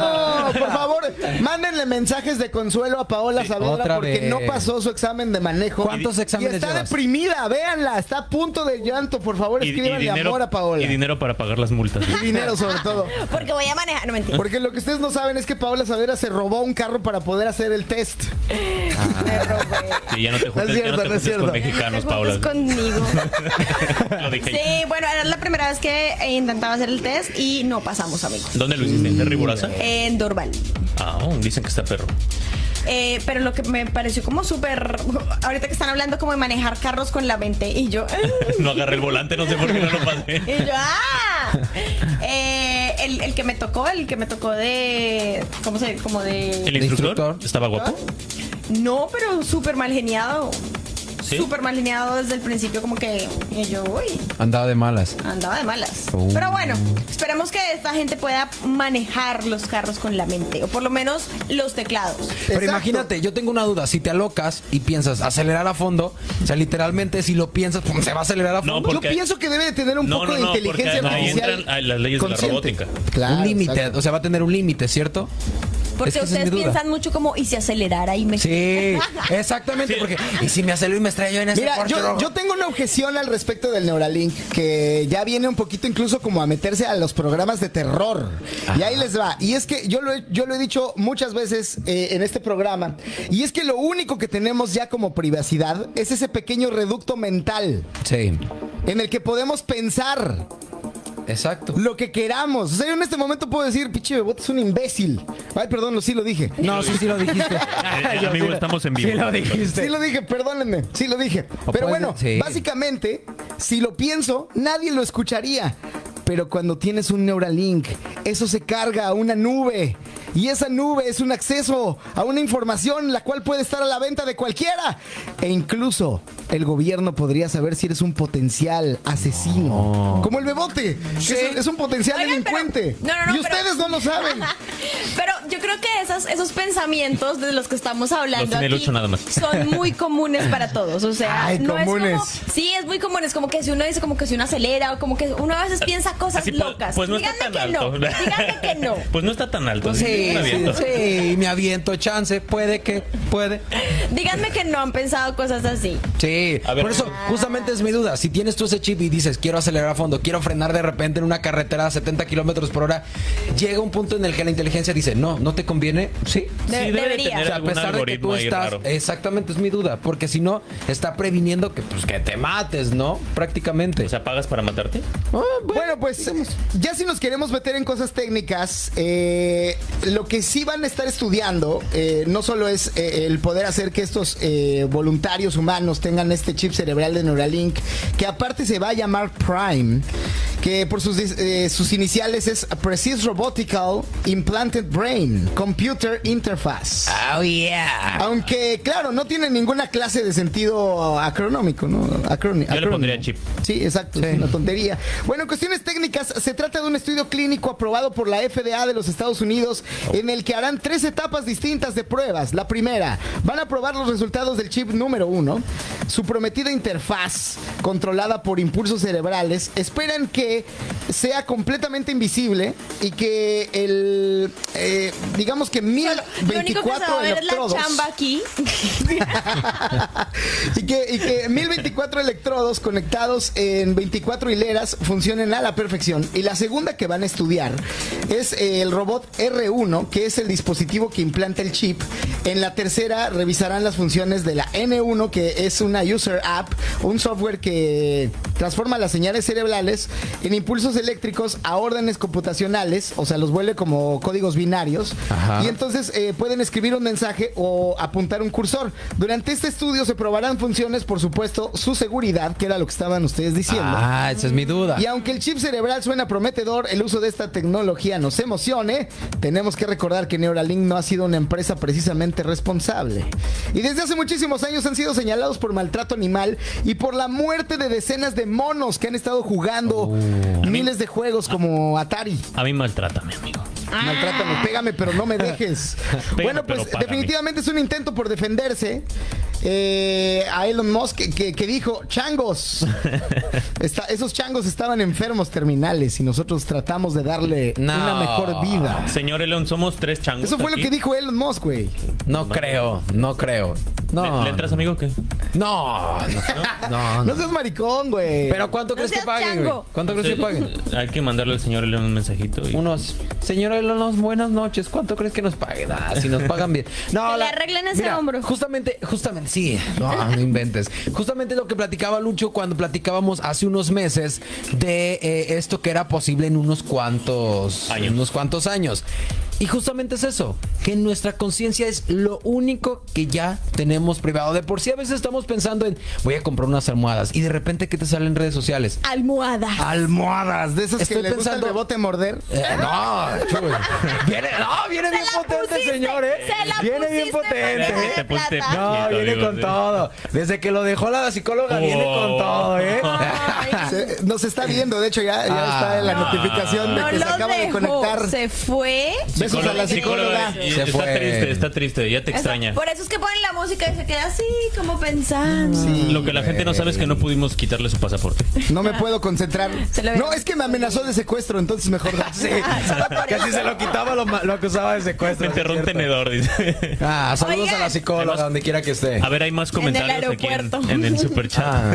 Oh, Por favor, mándenle mensajes de consuelo a Paola Saavedra otra porque vez. no pasó su examen de manejo. ¿Cuántos exámenes Y está llevas? deprimida, véanla, está a punto de llanto. Por favor, escríbanle amor a Paola. y dinero para pagar las multas. Y dinero sobre todo. Porque voy a manejar, no ¿Eh? mentira. Porque lo que ustedes no saben es que Paola Saavedra se robó un carro para poder hacer el test. Me robé. Y ya no te juntes, No es ya no cierto, te no es cierto. juntes con mexicanos, No te Paula. juntes conmigo. Lo dije. Sí, bueno, era la primera vez que eh, intentaba hacer el test y no pasamos, amigos. ¿Dónde lo hiciste? ¿En Terry Boraza? En Dorval. Ah, dicen que está perro. Eh, pero lo que me pareció como súper. Ahorita que están hablando como de manejar carros con la mente y yo. No agarré el volante, no sé por qué no lo Y pasé. yo, ¡ah! Eh, el, el que me tocó, el que me tocó de. ¿Cómo se Como ¿El de. instructor? instructor? ¿Estaba guapo? No, pero súper mal geniado. ¿Sí? Súper mal geniado desde el principio, como que. Y yo, uy. Andaba de malas. Andaba de malas. Oh. Pero bueno, esperemos que esta gente pueda manejar los carros con la mente, o por lo menos los teclados. Pero Exacto. imagínate, yo tengo una duda. Si te alocas y piensas acelerar a fondo, o sea, literalmente si lo piensas, ¡pum! se va a acelerar a No, fondo. Yo porque- pienso que debe de tener un No, poco no, de no, inteligencia porque ahí artificial. entran, ah, las leyes de la robótica. Claro, un límite, exacto. o sea, va a tener un límite, ¿cierto? Porque Es que esa es ustedes mi duda. piensan mucho como, ¿y si acelerara y me... Ah, Sí, exactamente, porque y si me acelero y me estrello en ese Mira, corte yo, rojo? yo tengo una objeción al respecto del Neuralink, que ya viene un poquito incluso como a meterse a los programas de terror. Y ahí les va. Y es que yo lo, he- yo lo he dicho muchas veces eh, en este programa, y es que lo único que tenemos ya como privacidad es ese pequeño reducto mental Sí, en el que podemos pensar exacto. lo que queramos. O sea, yo en este momento puedo decir, pinche Bebote es un imbécil. Ay, perdón, lo- sí lo dije. No, sí, sí lo dijiste. Eh, amigo, estamos en vivo. Ah, Sí lo dijiste. Sí lo dije, perdónenme, sí lo dije. O Pero puedes- bueno, sí. básicamente, si lo pienso, nadie lo escucharía. Pero cuando tienes un Neuralink, eso se carga a una nube. Y esa nube es un acceso a una información la cual puede estar a la venta de cualquiera. E incluso el gobierno podría saber si eres un potencial asesino. Como el bebote. que Sí. Es, es un potencial Oigan, pero- delincuente. no, no, no, y pero- ustedes no lo saben. Pero yo creo que esas, esos pensamientos de los que estamos Los hablando tiene aquí Lucho nada más. son muy comunes para todos. O sea, Ay, no es comunes. como. Sí, es muy común. Es como que si uno dice como que si uno acelera o como que uno a veces piensa cosas Así, pues- locas. Pues no díganme está tan que alto. no. Díganme que no. Pues no está tan alto. Sí, me sí, aviento. sí, me aviento, chance, puede que, puede. Díganme que no han pensado cosas así. Sí, A ver. por eso justamente es mi duda. Si tienes tú ese chip y dices, quiero acelerar a fondo, quiero frenar de repente en una carretera a 70 kilómetros por hora, llega un punto en el que la inteligencia dice, no, no te conviene, sí. Sí, De- debe de debería. O tener O sea, a algún pesar de que algoritmo tú ahí estás... este. raro. Exactamente, es mi duda, porque si no, está previniendo que, pues, que te mates, ¿no? Prácticamente. O sea, ¿pagas para matarte? Ah, Bueno, pues ya si nos queremos meter en cosas técnicas, eh, lo que sí van a estar estudiando eh, no solo es eh, el poder hacer que estos eh, voluntarios humanos tengan este chip cerebral de Neuralink, que aparte se va a llamar Prime, que por sus, eh, sus iniciales es Precise Robotical Implanted Brain Computer Interface. Oh, yeah. Aunque, claro, no tiene ninguna clase de sentido acronómico, ¿no? Acroni- Yo le acrónimo. pondría chip. Sí, exacto, es una tontería. Bueno, en cuestiones técnicas, se trata de un estudio clínico aprobado por la FDA de los Estados Unidos en el que harán tres etapas distintas de pruebas. La primera, van a probar los resultados del chip número uno. Su prometida interfaz, controlada por impulsos cerebrales, esperan que sea completamente invisible y que el, eh, digamos que mil Solo- Lo único que se va a ver es la electrodos chamba aquí. y, que, y que 1024 electrodos conectados en 24 hileras funcionen a la perfección. Y la segunda que van a estudiar es eh, el robot R1, que es el dispositivo que implanta el chip. En la tercera revisarán las funciones de la N1, que es una user app, un software que transforma las señales cerebrales en impulsos eléctricos a órdenes computacionales, o sea, los vuelve como códigos binarios. Ajá. Y entonces entonces eh, pueden escribir un mensaje o apuntar un cursor. Durante este estudio se probarán funciones, por supuesto, su seguridad, que era lo que estaban ustedes diciendo. Ah, esa es mi duda. Y aunque el chip cerebral suena prometedor, el uso de esta tecnología nos emocione, tenemos que recordar que Neuralink no ha sido una empresa precisamente responsable. Y desde hace muchísimos años han sido señalados por maltrato animal y por la muerte de decenas de monos que han estado jugando Miles de juegos como Atari. A mí maltrátame, amigo. Maltrátame, pégame, pero no me dejes. Pégame, bueno, pues pero págame. definitivamente es un intento por defenderse. eh, a Elon Musk que, que- que dijo, changos. Está- esos changos estaban enfermos terminales y nosotros tratamos de darle No. una mejor vida. Señor Elon, somos tres changos. Eso fue lo aquí. que dijo Elon Musk, güey. No creo, no creo. No. ¿Le, le entras, amigo, o qué? No, no, Ah, no, No no. seas maricón, güey. Pero ¿cuánto No crees que seas paguen, güey? chango. ¿Cuánto crees que paguen? Hay que mandarle al señor Elon un mensajito. y- Unos, señor Elon, buenas noches. ¿Cuánto crees que nos paguen? Ah, si nos pagan bien. No, Que le arreglen ese hombro. Justamente, justamente, sí. No, ah, no inventes. Justamente lo que platicaba Lucho cuando platicábamos hace unos meses de eh, esto que era posible en unos cuantos Años. en unos cuantos años. Y justamente es eso, que nuestra conciencia es lo único que ya tenemos privado. De por sí a veces estamos pensando en voy a comprar unas almohadas y de repente ¿qué te salen redes sociales? Almohada. Almohadas, de esas Estoy que le gusta el pensando- rebote morder. Eh, no, chuy. viene, no, viene Se bien la potente, pusiste, señor, ¿eh? se la viene bien pusiste, potente. Mira que ¿eh? te pusiste No, No, poquito, viene amigo, con sí. todo. Desde que lo dejó la psicóloga, viene con Oh. todo, ¿eh? Ay, Se- nos está viendo, de hecho ya, ya Ah. está en la notificación de no que se lo acaba de dejó. conectar. Se fue. Besos a la psicóloga. Y Se está fue. triste, está triste, ya te extraña. Por eso es que ponen la música y se queda así, como pensando. Lo que la gente no sabe es que no pudimos quitarle su pasaporte. No me puedo concentrar. Se lo No, veo. es que me amenazó de secuestro, entonces mejor no. Sí. solo por Casi eso. se lo quitaba, lo, ma- lo acusaba de secuestro. Me enterró un ¿cierto? tenedor, dice. Ah, saludos Oigan. a la psicóloga, Además- donde quiera que esté. A ver, hay más En el comentarios aquí en, aeropuerto. en el superchat. Ah.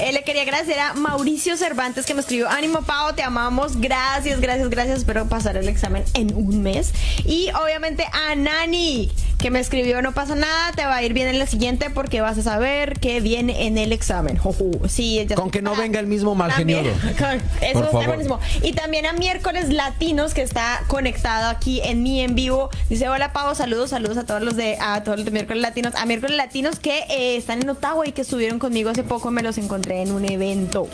Eh, le quería agradecer a Mauricio Cervantes que me escribió, ánimo Pau, te amamos, gracias, gracias, gracias, espero pasar el examen en un mes. Y obviamente a Nani que me escribió, no pasa nada, te va a ir bien en la siguiente porque vas a saber que viene en el examen. Jojo, Sí, ella- Con que no venga el mismo mal También- geniudo. con- Eso Por está favor. buenísimo. Y también a miércoles latinos que está conectado aquí en mí en vivo. Dice hola Pavo, saludos, saludos a todos los de a todos los de miércoles latinos, a miércoles latinos que eh, están en Ottawa y que estuvieron conmigo hace poco, me los encontré en un evento.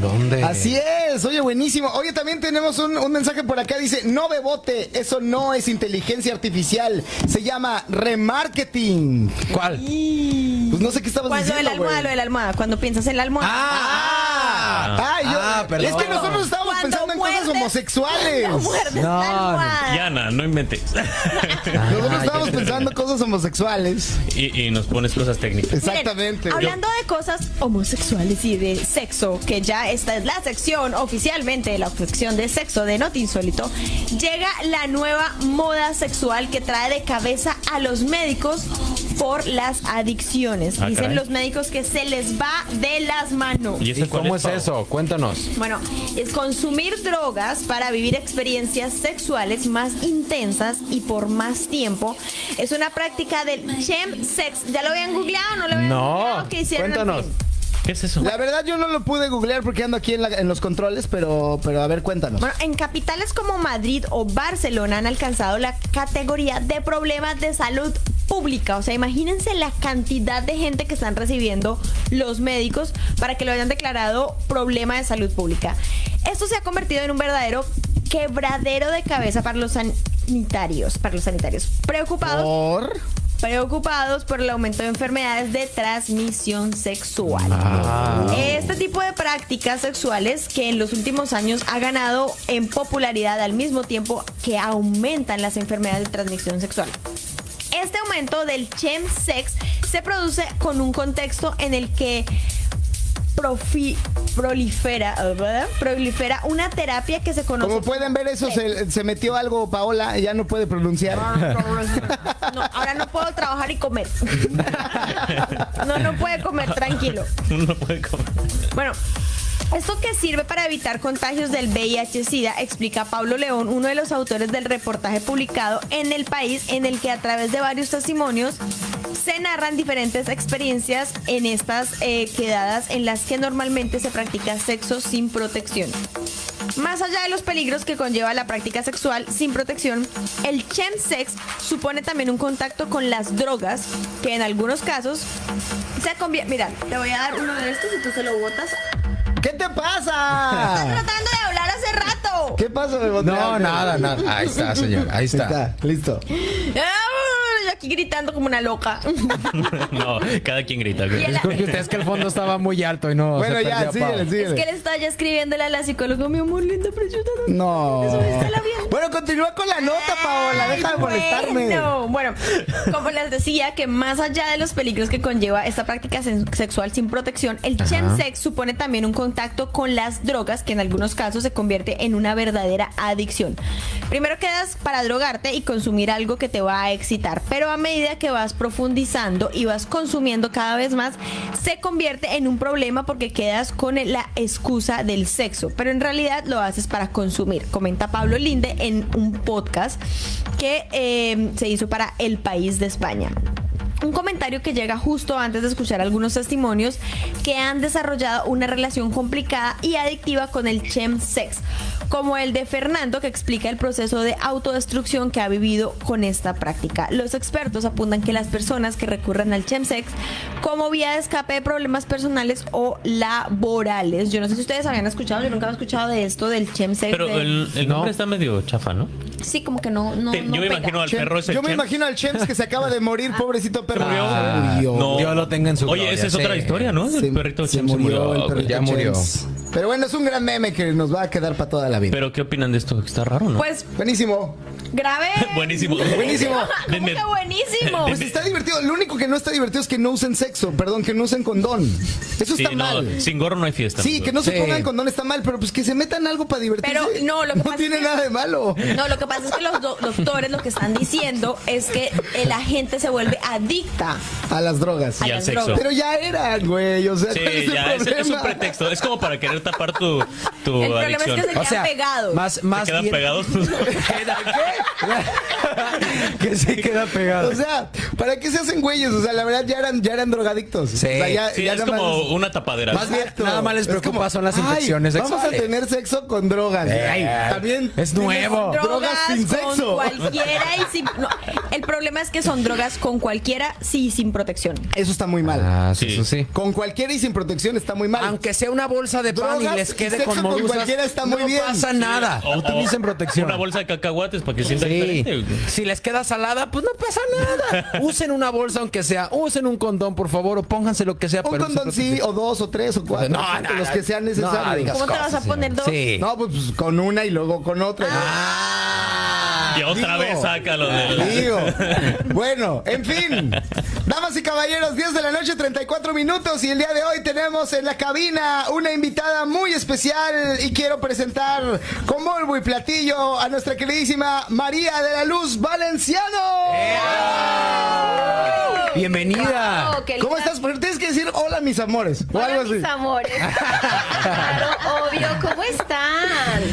¿Dónde? Así es, oye, buenísimo. Oye, también tenemos un, un mensaje por acá, dice, no bebote, eso no es inteligencia artificial, se llama remarketing. ¿Cuál? Pues no sé qué estabas Cuando el diciendo, almohada, lo de güey. la almohada, cuando piensas en la almohada. Ah, Ah, yo- Ah, perdón. es que nosotros estábamos Cuando pensando en cosas muerdes- homosexuales. No muerdes No, la almohada. Yana, no inventes. Nosotros Ah, estábamos ya. pensando cosas homosexuales. Y, y nos pones cosas técnicas. Miren, Exactamente. hablando de cosas homosexuales y de sexo, que ya esta es la sección oficialmente, la sección de sexo de Not Insólito, llega la nueva moda sexual que trae de cabeza a los médicos por las adicciones. Ah, Dicen caray. los médicos que se les va de las manos. ¿Y, ¿Y ese cuál cómo es Pau? eso? Cuéntanos. Bueno, es consumir drogas para vivir experiencias sexuales más intensas y por más tiempo. Es una práctica del chem sex. ¿Ya lo habían googleado o no lo habían No, googleado? ¿Qué hicieron al cuéntanos. fin? ¿Qué es eso? La verdad yo no lo pude googlear porque ando aquí en, la- en los controles, pero, pero a ver, cuéntanos. Bueno, en capitales como Madrid o Barcelona han alcanzado la categoría de problemas de salud pública. O sea, imagínense la cantidad de gente que están recibiendo los médicos para que lo hayan declarado problema de salud pública. Esto se ha convertido en un verdadero quebradero de cabeza para los sanitarios, para los sanitarios ah, Oh. preocupados, Por... preocupados por el aumento de enfermedades de transmisión sexual. Este tipo de prácticas sexuales que en los últimos años ha ganado en popularidad al mismo tiempo que aumentan las enfermedades de transmisión sexual. Este aumento del chemsex se produce con un contexto en el que profi- prolifera, ¿verdad? prolifera una terapia que se conoce Como pueden ver, eso se, se metió algo, Paola, ya no puede pronunciar. Ah, No, ahora no puedo trabajar y comer. No, no puede comer, tranquilo. Uno no puede comer. Bueno, esto que sirve para evitar contagios del VIH-Sida, explica Pablo León, uno de los autores del reportaje publicado en el país, en el que a través de varios testimonios se narran diferentes experiencias en estas eh, quedadas en las que normalmente se practica sexo sin protección. Más allá de los peligros que conlleva la práctica sexual sin protección, el chemsex supone también un contacto con las drogas que en algunos casos se convierte... Mira, te voy a dar uno de estos y tú se lo botas. ¿Qué te Estás pasa? tratando de hablar hace rato. ¿Qué pasa, Bebote? No, nada, nada. Ahí está, señor. Ahí Ahí está. está, listo. Ah, aquí gritando como una loca. no, cada quien grita. güey. Y el- Es que el fondo estaba muy alto y no. Bueno, se ya, perdió, síguele, Pau. Es síguele. que él está ya escribiéndole a la psicóloga, mi amor, linda, preciosa. ¿dónde No. subiste la bien? Bueno, continúa con la nota, Paola. Deja de Ay, molestarme. Bueno, bueno, como les decía, que más allá de los peligros que conlleva esta práctica sen- sexual sin protección, el chemsex supone también un contacto con las drogas que en algunos casos se convierte en una verdadera adicción. Primero quedas para drogarte y consumir algo que te va a excitar, pero a medida que vas profundizando y vas consumiendo cada vez más, se convierte en un problema porque quedas con la excusa del sexo, pero en realidad lo haces para consumir, comenta Pablo Linde en un podcast que eh, se hizo para El País de España. Un comentario que llega justo antes de escuchar algunos testimonios que han desarrollado una relación complicada y adictiva con el chemsex, como el de Fernando que explica el proceso de autodestrucción que ha vivido con esta práctica. Los expertos apuntan que las personas que recurren al chemsex como vía de escape de problemas personales o laborales. Yo no sé si ustedes habían escuchado, yo nunca había escuchado de esto del chemsex. Pero de- el, el No. nombre está medio chafa, ¿no? Sí, como que no, no, Te- no yo me pega. imagino al Chem- perro ese. Yo me Chem- imagino al Chems que se acaba de morir, pobrecito perro. Ah, Murió. No. Dios lo tenga en su Oye, gloria, esa es sí. otra historia, ¿no? Ah, El Se, perrito se Chem se murió, murió, el güey. perrito ya murió. Chems. Pero bueno, es un gran meme que nos va a quedar para toda la vida. Pero ¿qué opinan de esto? Está raro, ¿no? Pues Buenísimo. grave. buenísimo. Buenísimo. ¿Cómo que buenísimo? Pues está divertido. Lo único que no está divertido es que no usen sexo. Perdón, que no usen condón. Eso Sí, está no, mal. sin gorro no hay fiesta. Sí, que no se Sí. pongan condón está mal, pero pues que se metan algo para divertirse. Pero, no, lo que pasa tiene es que- nada de malo. No, lo que pasa es que los do- doctores lo que están diciendo es que eh, la gente se vuelve adicta A las drogas. a Y al las sexo. drogas. Pero ya eran, güey. O sea, Sí, ¿cuál es el ya, es, es un problema? pretexto. Es como para querer tapar tu, tu El problema es que adicción. se- O sea, Quedan pegados. más, más ¿Se quedan bien- pegados? ¿Queda qué? que se queda pegado. O sea, ¿para qué se hacen güeyes? O sea, la verdad ya eran, ya eran drogadictos. Sí. O sea, ya, Sí, ya es nada más- como una tapadera. Más bien, Exacto. nada más les Es preocupa como, son las "Ay, infecciones Vamos a sexuales". Eh, tener sexo con drogas. Ay, también es tienes nuevo. Drogas, sin con sexo. cualquiera y sin. no, el problema es que son drogas con cualquiera, sí, sin protección. Eso está muy mal. Ah, sí, Sí. eso sí. Con cualquiera y sin protección está muy mal. Aunque sea una bolsa de pan Drogas y les y quede sexo con con medusas, cualquiera está muy no bien. pasa nada. O- Utilicen o protección. Una bolsa de cacahuates para que sienta Sí. diferente. güey. Si les queda salada, pues no pasa nada. Usen una bolsa aunque sea, usen un condón, por favor, o pónganse lo que sea. un pero usen condón sí, protección. o dos, o tres, o cuatro. No, o cinco, no, los no. que sean No, necesarios. digas ¿Cómo te vas a poner dos? Sí. No, pues, pues, con una y luego con otra. Ah, Y otra Digo. vez sácalo del... Digo. Bueno, en fin. Damas y caballeros, 10 de la noche, 34 minutos. Y el día de hoy tenemos en la cabina una invitada muy especial. Y quiero presentar con Volvo y Platillo a nuestra queridísima María de la Luz Valenciano. Bienvenida. Claro, Oh, qué ¿Cómo linda. estás? Pero tienes que decir hola, mis amores. O Hola, algo así. mis amores. Claro, obvio. ¿Cómo están?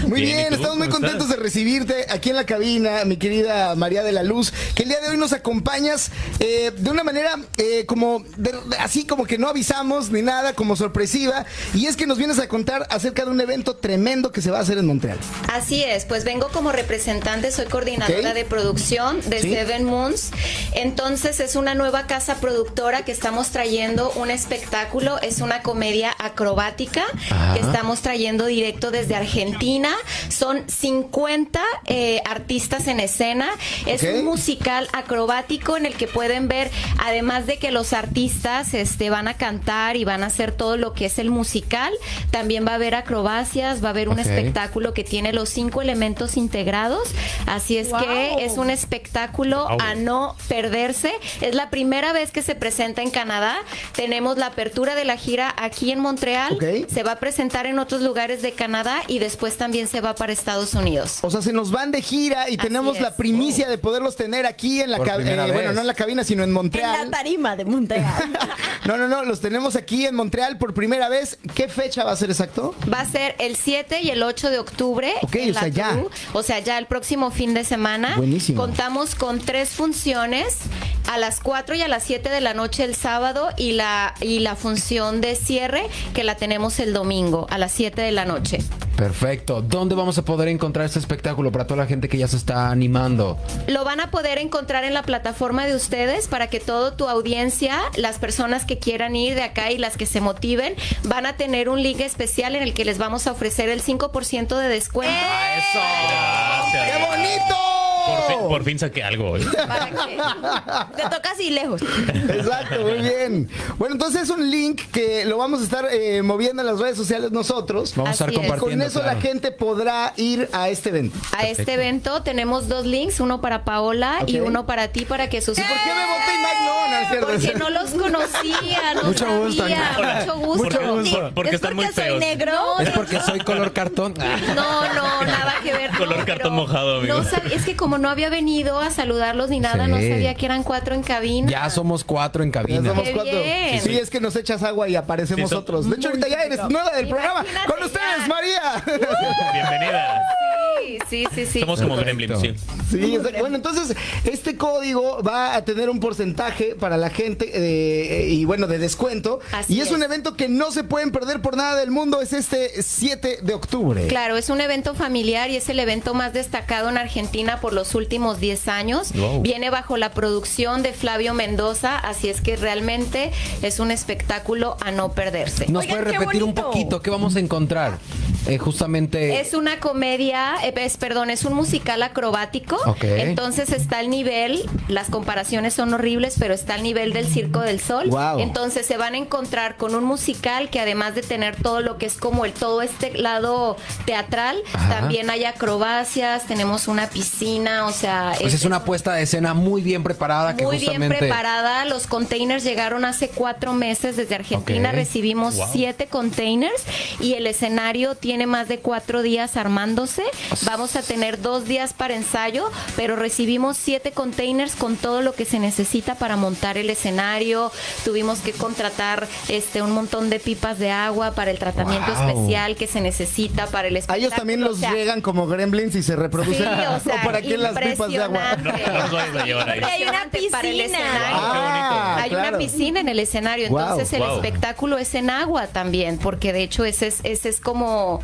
Muy bien, Bien, ¿y tú? estamos muy ¿Cómo contentos estás? de recibirte aquí en la cabina, mi querida María de la Luz, que el día de hoy nos acompañas eh, de una manera eh, como, de- así como que no avisamos ni nada, como sorpresiva, y es que nos vienes a contar acerca de un evento tremendo que se va a hacer en Montreal. Así es, pues vengo como representante, soy coordinadora Ok. de producción de Sí. Seven Moons. Entonces es una nueva casa productora que estamos trayendo un espectáculo, es una comedia acrobática que estamos trayendo directo desde Argentina. Son 50 eh, artistas en escena. Es Ok. un musical acrobático en el que pueden ver, además de que los artistas este, van a cantar y van a hacer todo lo que es el musical, también va a haber acrobacias, va a haber un Ok. espectáculo que tiene los cinco elementos integrados. Así es Wow. que es un espectáculo Wow. a no perderse. Es la primera vez que se presenta en Canadá. Tenemos la apertura de la gira aquí en Montreal. Ok. Se va a presentar en otros lugares de Canadá y después también se va para Estados Unidos. O sea, se nos van de gira y Así tenemos es. la Oh. primicia de poderlos tener aquí en la Por cabina, primera bueno, vez. no en la cabina, sino en En la Montreal. tarima de Montreal. No, no, no, los tenemos aquí en Montreal por primera vez. ¿Qué fecha va a ser exacto? Va a ser el 7 y el 8 de octubre. Ok, en o sea, la ya. Cruz. O sea, ya el próximo fin de semana. Buenísimo. Contamos con tres funciones a las 4 y a las 7 de la noche el sábado y la, y la función de cierre que la tenemos el domingo a las 7 de la noche. Perfecto. ¿Dónde vamos a poder encontrar este espectáculo para toda la gente que ya se está animando? Lo van a poder encontrar en la plataforma de ustedes para que toda tu audiencia, las personas que quieran ir de acá y las que se motiven, van a tener un link especial en el que les vamos a ofrecer el 5% de descuento. ¡Eso! ¡Qué bonito! Por fin, por fin saqué algo. ¿eh? güey. Para que- Te toca así lejos. Exacto, muy bien. Bueno, entonces es un link que lo vamos a estar eh, moviendo en las redes sociales nosotros. Vamos a estar Así es. compartiendo. Con eso claro. la gente podrá ir a este evento. A este evento tenemos dos links, uno para Paola y Ok. uno para ti para que sus ¿Por qué me voté y Mike no? No, es cierto. Porque no los conocía, no Mucho gusto, sabía, Ana. mucho gusto. Porque- por- porque ¿Es están porque muy soy feos. negro? No, Es porque soy color cartón. No, no, nada que ver. no, Color cartón mojado, amigo. no sab- es que como no había venido a saludarlos ni nada, no Sí. sabía que eran cuatro en cabina. Ya somos cuatro en Ya cabina. somos Qué cuatro. bien. Sí, es que nos echas agua y aparecemos Sí, son- otros. De hecho, ahorita ya eres nueva del programa. Imagínate Con ustedes, ya. María. Bienvenida. Sí, sí, sí, sí. Somos como Gremlins, sí. Sí, exacto. bueno, entonces este código va a tener un porcentaje para la gente eh, eh, y bueno, de descuento. Así y es, es. un evento que no se pueden perder por nada del mundo, es este 7 de octubre. Claro, es un evento familiar y es el evento más destacado en Argentina por los últimos 10 años. Wow. Viene bajo la producción de Flavio Mendoza, así es que realmente es un espectáculo a no perderse. ¿Nos Oigan, puede qué repetir un bonito. poquito qué vamos a encontrar? Eh, justamente. Es una comedia, eh, es, perdón, es un musical acrobático. Ok. Entonces está al nivel, las comparaciones son horribles, pero está al nivel del Circo del Sol. Wow. Entonces se van a encontrar con un musical que además de tener todo lo que es como el todo este lado teatral, Ajá. también hay acrobacias, tenemos una piscina, o sea, Pues es una puesta de escena muy bien preparada que muy bien justamente. preparada. Los containers llegaron hace cuatro meses desde Argentina. Ok. Recibimos Wow. siete containers y el escenario tiene más de cuatro días armándose. Vamos a tener dos días para ensayo, pero recibimos siete containers con todo lo que se necesita para montar el escenario. Tuvimos que contratar este un montón de pipas de agua para el tratamiento Wow. especial que se necesita para el A espectáculo. ellos también los O sea, llegan como gremlins y se reproducen. Sí, o sea, ¿O para qué las pipas de agua? No, impresionante. nos vamos a llevar ahí. Porque hay una Para el piscina. escenario. Ah, Hay claro. una piscina en el escenario, Guau. entonces el Guau. espectáculo es en agua también, porque de hecho ese es, ese es como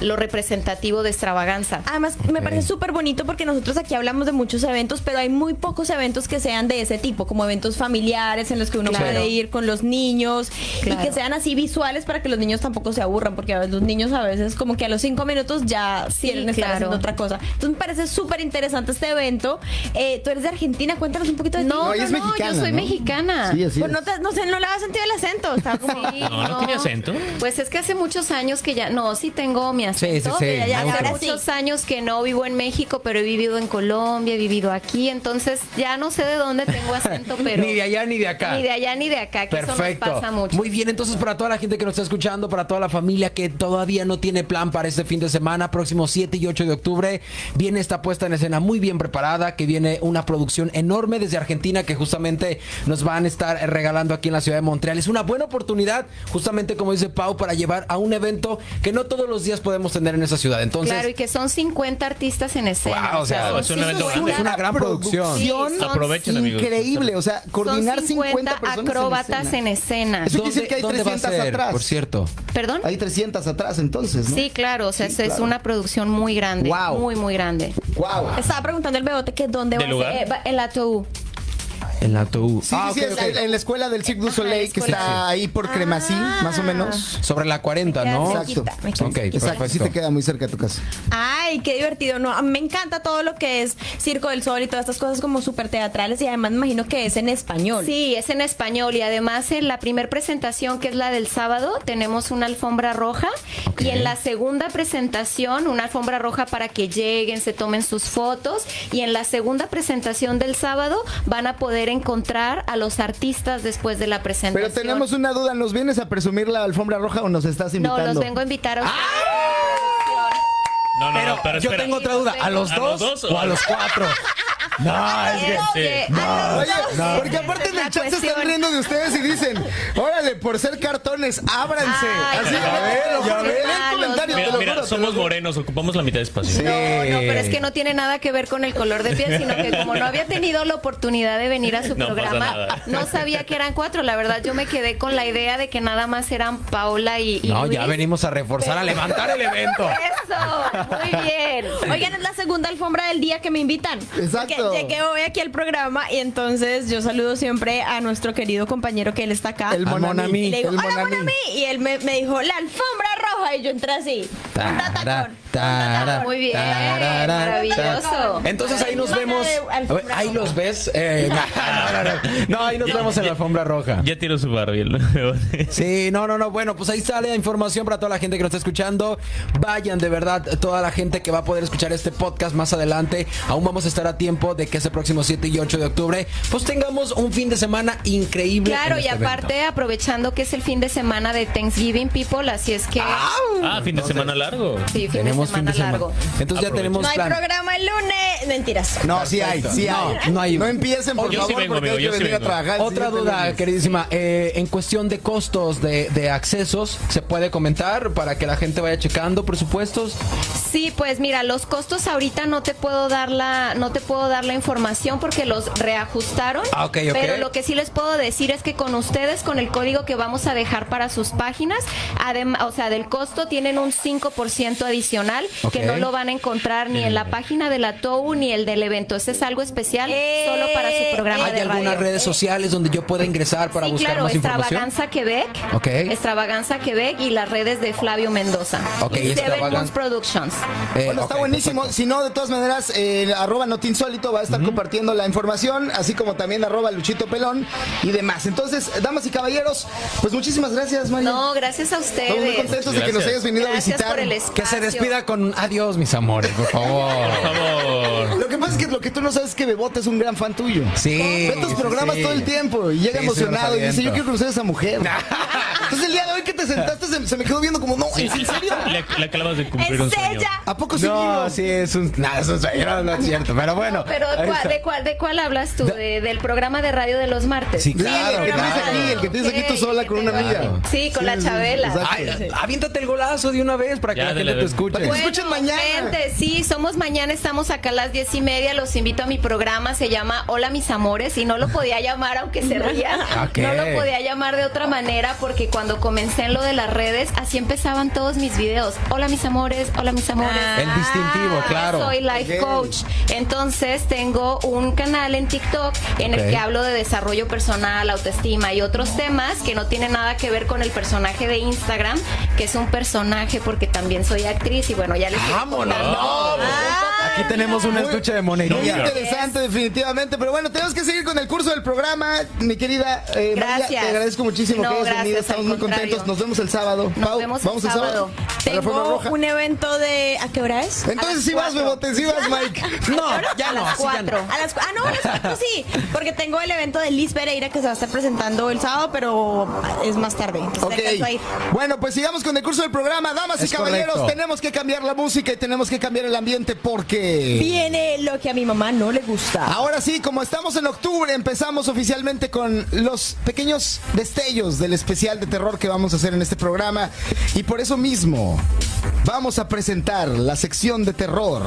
lo representativo de extravaganza. Además, me parece súper bonito porque nosotros aquí hablamos de muchos eventos, pero hay muy pocos eventos que sean de ese tipo, como eventos familiares en los que uno Claro. puede ir con los niños y Claro. que sean así visuales para que los niños tampoco se aburran, porque a veces los niños a veces como que a los cinco minutos ya quieren estar claro. haciendo otra cosa. Entonces me parece súper interesante este evento. Eh, Tú eres de Argentina, cuéntanos un poquito de ti. No, no, ella no, es mexicana, yo soy ¿no? mexicana. Sí, así Pues es. no, te- no sé, no le había sentido el acento. Estaba como... Sí, No, ¿no tiene acento? Pues es que hace muchos años que ya, no, sí tengo mi acento. Sí, sí, sí. Ya, ya, me Hace gusta. ahora sí. muchos años que no vivo en México, pero he vivido en Colombia, he vivido aquí, entonces ya no sé de dónde tengo acento, pero Ni de allá ni de acá. ni de allá ni de acá, que Perfecto. eso nos pasa mucho. Muy bien, entonces para toda la gente que nos está escuchando, para toda la familia que todavía no tiene plan para este fin de semana, próximo 7 y 8 de octubre, viene esta puesta en escena muy bien preparada, que viene una producción enorme desde Argentina que justamente nos van a estar regalando aquí en la ciudad de Montreal. Es una buena oportunidad, justamente como dice Pau, para llevar a un evento que no todos los días podemos tener en esa ciudad. Entonces, claro, y que son 50 artistas en escena. Wow, o sea, son es un evento cincuenta- grande. es una gran producción. Sí, son- Aprovechen, amigos. Increíble, o sea, coordinar son 50, 50, personas acróbatas en escena. Eso quiere decir que hay ¿Dónde va a 300 ser, atrás. Por cierto. ¿Perdón? Hay 300 atrás entonces, ¿no? Sí, claro, o sea, Sí, es- es claro. una producción muy grande, Wow. muy, muy grande. Wow. Estaba preguntando el bebote que dónde ¿De va a lugar? ser. Eh, va- el ATU. En la TU. Sí, Ah, sí, sí, ok, es ok. en- en la escuela del Cirque du Ajá, Soleil la que escuela. Ah. está ahí por Cremací, más o menos. Sobre la 40, Ya ¿no? se Ah, Exacto. quita, me quita, Ok, se quita. Exacto, así te queda muy cerca de tu casa. Ay, qué divertido. No, a mí me encanta todo lo que es Circo del Sol y todas estas cosas como súper teatrales y además me imagino que es en español. Sí, es en español y además en la primer presentación, que es la del sábado, tenemos una alfombra roja y en la segunda presentación una alfombra roja para que lleguen, se tomen sus fotos y en la segunda presentación del sábado van a poder encontrar a los artistas después de la presentación. Pero tenemos una duda, ¿nos vienes a presumir la alfombra roja o nos estás No, invitando? los vengo a invitar ¡Ah! a ustedes. No, no, Pero, no, pero yo espera. tengo otra duda. ¿A los ¿A dos, los dos o a los cuatro? no, es que... Sí. Oye, porque aparte en La el chat se están cuestión. riendo de ustedes y dicen, órale, por ser cartones, ábranse. Ay, Así, no, a ver, no, ya qué ven, malos, comentarios, Mira, te lo mira, juro, te somos lo juro. morenos, ocupamos la mitad de espacio. No, no, pero es que no tiene nada que ver con el color de piel, sino que como no había tenido la oportunidad de venir a su No pasa nada. programa, no sabía que eran cuatro. La verdad, yo me quedé con la idea de que nada más eran Paola y. y No, Luis. ya venimos a reforzar, a levantar el evento. Eso, muy bien. Oigan, es la segunda alfombra del día que me invitan. Exacto. Porque llegué hoy aquí al programa y entonces yo saludo siempre a nuestro querido compañero que él está acá. El Al Monami. Monami. y le digo, el hola, Monami". Monami. Y él me, me dijo, la alfombra roja. roja y yo entré así. Un tatacón. un tatacón. Muy bien, Tarara, maravilloso. Entonces ahí nos Hermana vemos. de A ver, alfombra ahí los ves. eh, no, no, no, no. No, ahí nos vemos en la alfombra roja. Ya tiró su Barbie. el- Sí, no, no, no. Bueno, pues ahí sale la información para toda la gente que nos está escuchando. Vayan, de verdad, toda la gente que va a poder escuchar este podcast más adelante. Aún vamos a estar a tiempo de que ese próximo 7 y 8 de octubre, pues tengamos un fin de semana increíble. Claro, en y este aparte evento. aprovechando que es el fin de semana de Thanksgiving People, así es que Ah, fin de semana largo. sí, fin tenemos de semana largo. Entonces ya tenemos No hay plan. programa el lunes. Mentiras. No, sí hay, sí hay. No, no hay. No empiecen, por Yo sí favor, vengo, porque amigo, hay yo que sí venir a vengo. trabajar. el Otra siguiente duda, lunes. queridísima. eh, en cuestión de costos de, de accesos, ¿se puede comentar para que la gente vaya checando presupuestos? Sí, pues mira, los costos ahorita no te puedo dar la, no te puedo dar la información porque los reajustaron. Ah, ok, ok. Pero lo que sí les puedo decir es que con ustedes, con el código que vamos a dejar para sus páginas, adem- o sea, del costo tienen un 5% adicional Ok. Mm. que no lo van a encontrar ni en la página de la TOU ni el del evento. Ese es algo especial Eh, solo para su programa ¿Hay de radio. Eh, algunas redes sociales donde yo pueda ingresar para sí, buscar claro, más información? Extravaganza Quebec. Ok. Extravaganza Quebec y las redes de Flavio Mendoza. pues, Ok, y Seven Extravagan- Moons Productions. Eh, Bueno, ok, está buenísimo. Si no, de todas maneras, eh, arroba notinsólito va a estar compartiendo la información, así como también arroba luchito pelón y demás. Entonces, damas y caballeros, pues muchísimas gracias, María. No, gracias a ustedes. Estamos muy contentos de que nos Gracias. hayas venido Gracias a visitar. por el espacio. Que se despida con adiós, mis amores, por favor. Por favor. Lo que pasa es que lo que tú no sabes es que Bebote es un gran fan tuyo. Sí. Ve tus programas sí. todo el tiempo y llega Sí, emocionado y sí, dice, yo aviento. quiero conocer a esa mujer. Entonces el día de hoy que te sentaste se, se me quedó viendo como, no, ¿es en serio? Le, le acabas de cumplir un Es sueño. ella. ¿A poco sí vino? No, sí, es un. Nada, es un sueño, no, no es cierto. Pero bueno. Pero ahí ¿cuál- está. ¿de cuál, de cuál hablas tú? ¿De- ¿Del programa de radio de los martes? Sí, Sí, el claro, que tienes claro. aquí, el que tienes aquí tú Ok, sola que con te una va. amiga. Sí, con la Chabela. exacto. Ay, aviéntate el golazo de una vez para que Ya, la dale, gente te dale. escuche. Para que- escuchen mañana. Gente, sí, somos mañana, estamos acá a las diez y media. Los invito a mi programa, se llama Hola mis amores. Y no lo podía llamar, aunque se ría. Ah, Ok. No lo podía llamar de otra manera porque cuando comencé en lo de las redes, así empezaban todos mis videos. Hola mis amores, hola mis amores. Ah. Ah, El distintivo, claro. Soy life Ok. coach. Entonces tengo un canal en TikTok en Ok. el que hablo de desarrollo personal, autoestima y otros temas que no tienen nada que ver con el personaje de Instagram, que es un personaje porque también soy actriz y bueno, ya les estoy ¡Vámonos! contando. Aquí tenemos un estuche de Muy monería. interesante, definitivamente. Pero bueno, tenemos que seguir con el curso del programa, mi querida. eh, María, Gracias. te agradezco muchísimo No, que hayas gracias, venido. al Estamos muy contrario. contentos. Nos vemos el sábado. Nos Pau, vemos el vamos el sábado. sábado. a la alfombra Tengo roja. un evento de. ¿A qué hora es? Entonces sí vas, Bebote, sí vas, Mike. No, ya A no, las así ya no. cuatro. A las cu- ah, no, a las cuatro sí, porque tengo el evento de Liz Pereira que se va a estar presentando el sábado, pero es más tarde. entonces Ok. alcanzo a ir. Bueno, pues sigamos con el curso del programa. Damas y Es caballeros, correcto. tenemos que cambiar la música y tenemos que cambiar el ambiente porque... Viene lo que a mi mamá no le gusta. Ahora sí, como estamos en octubre, empezamos oficialmente con los pequeños destellos del especial de terror que vamos a hacer en este programa. Y por eso mismo, vamos a presentar la sección de terror.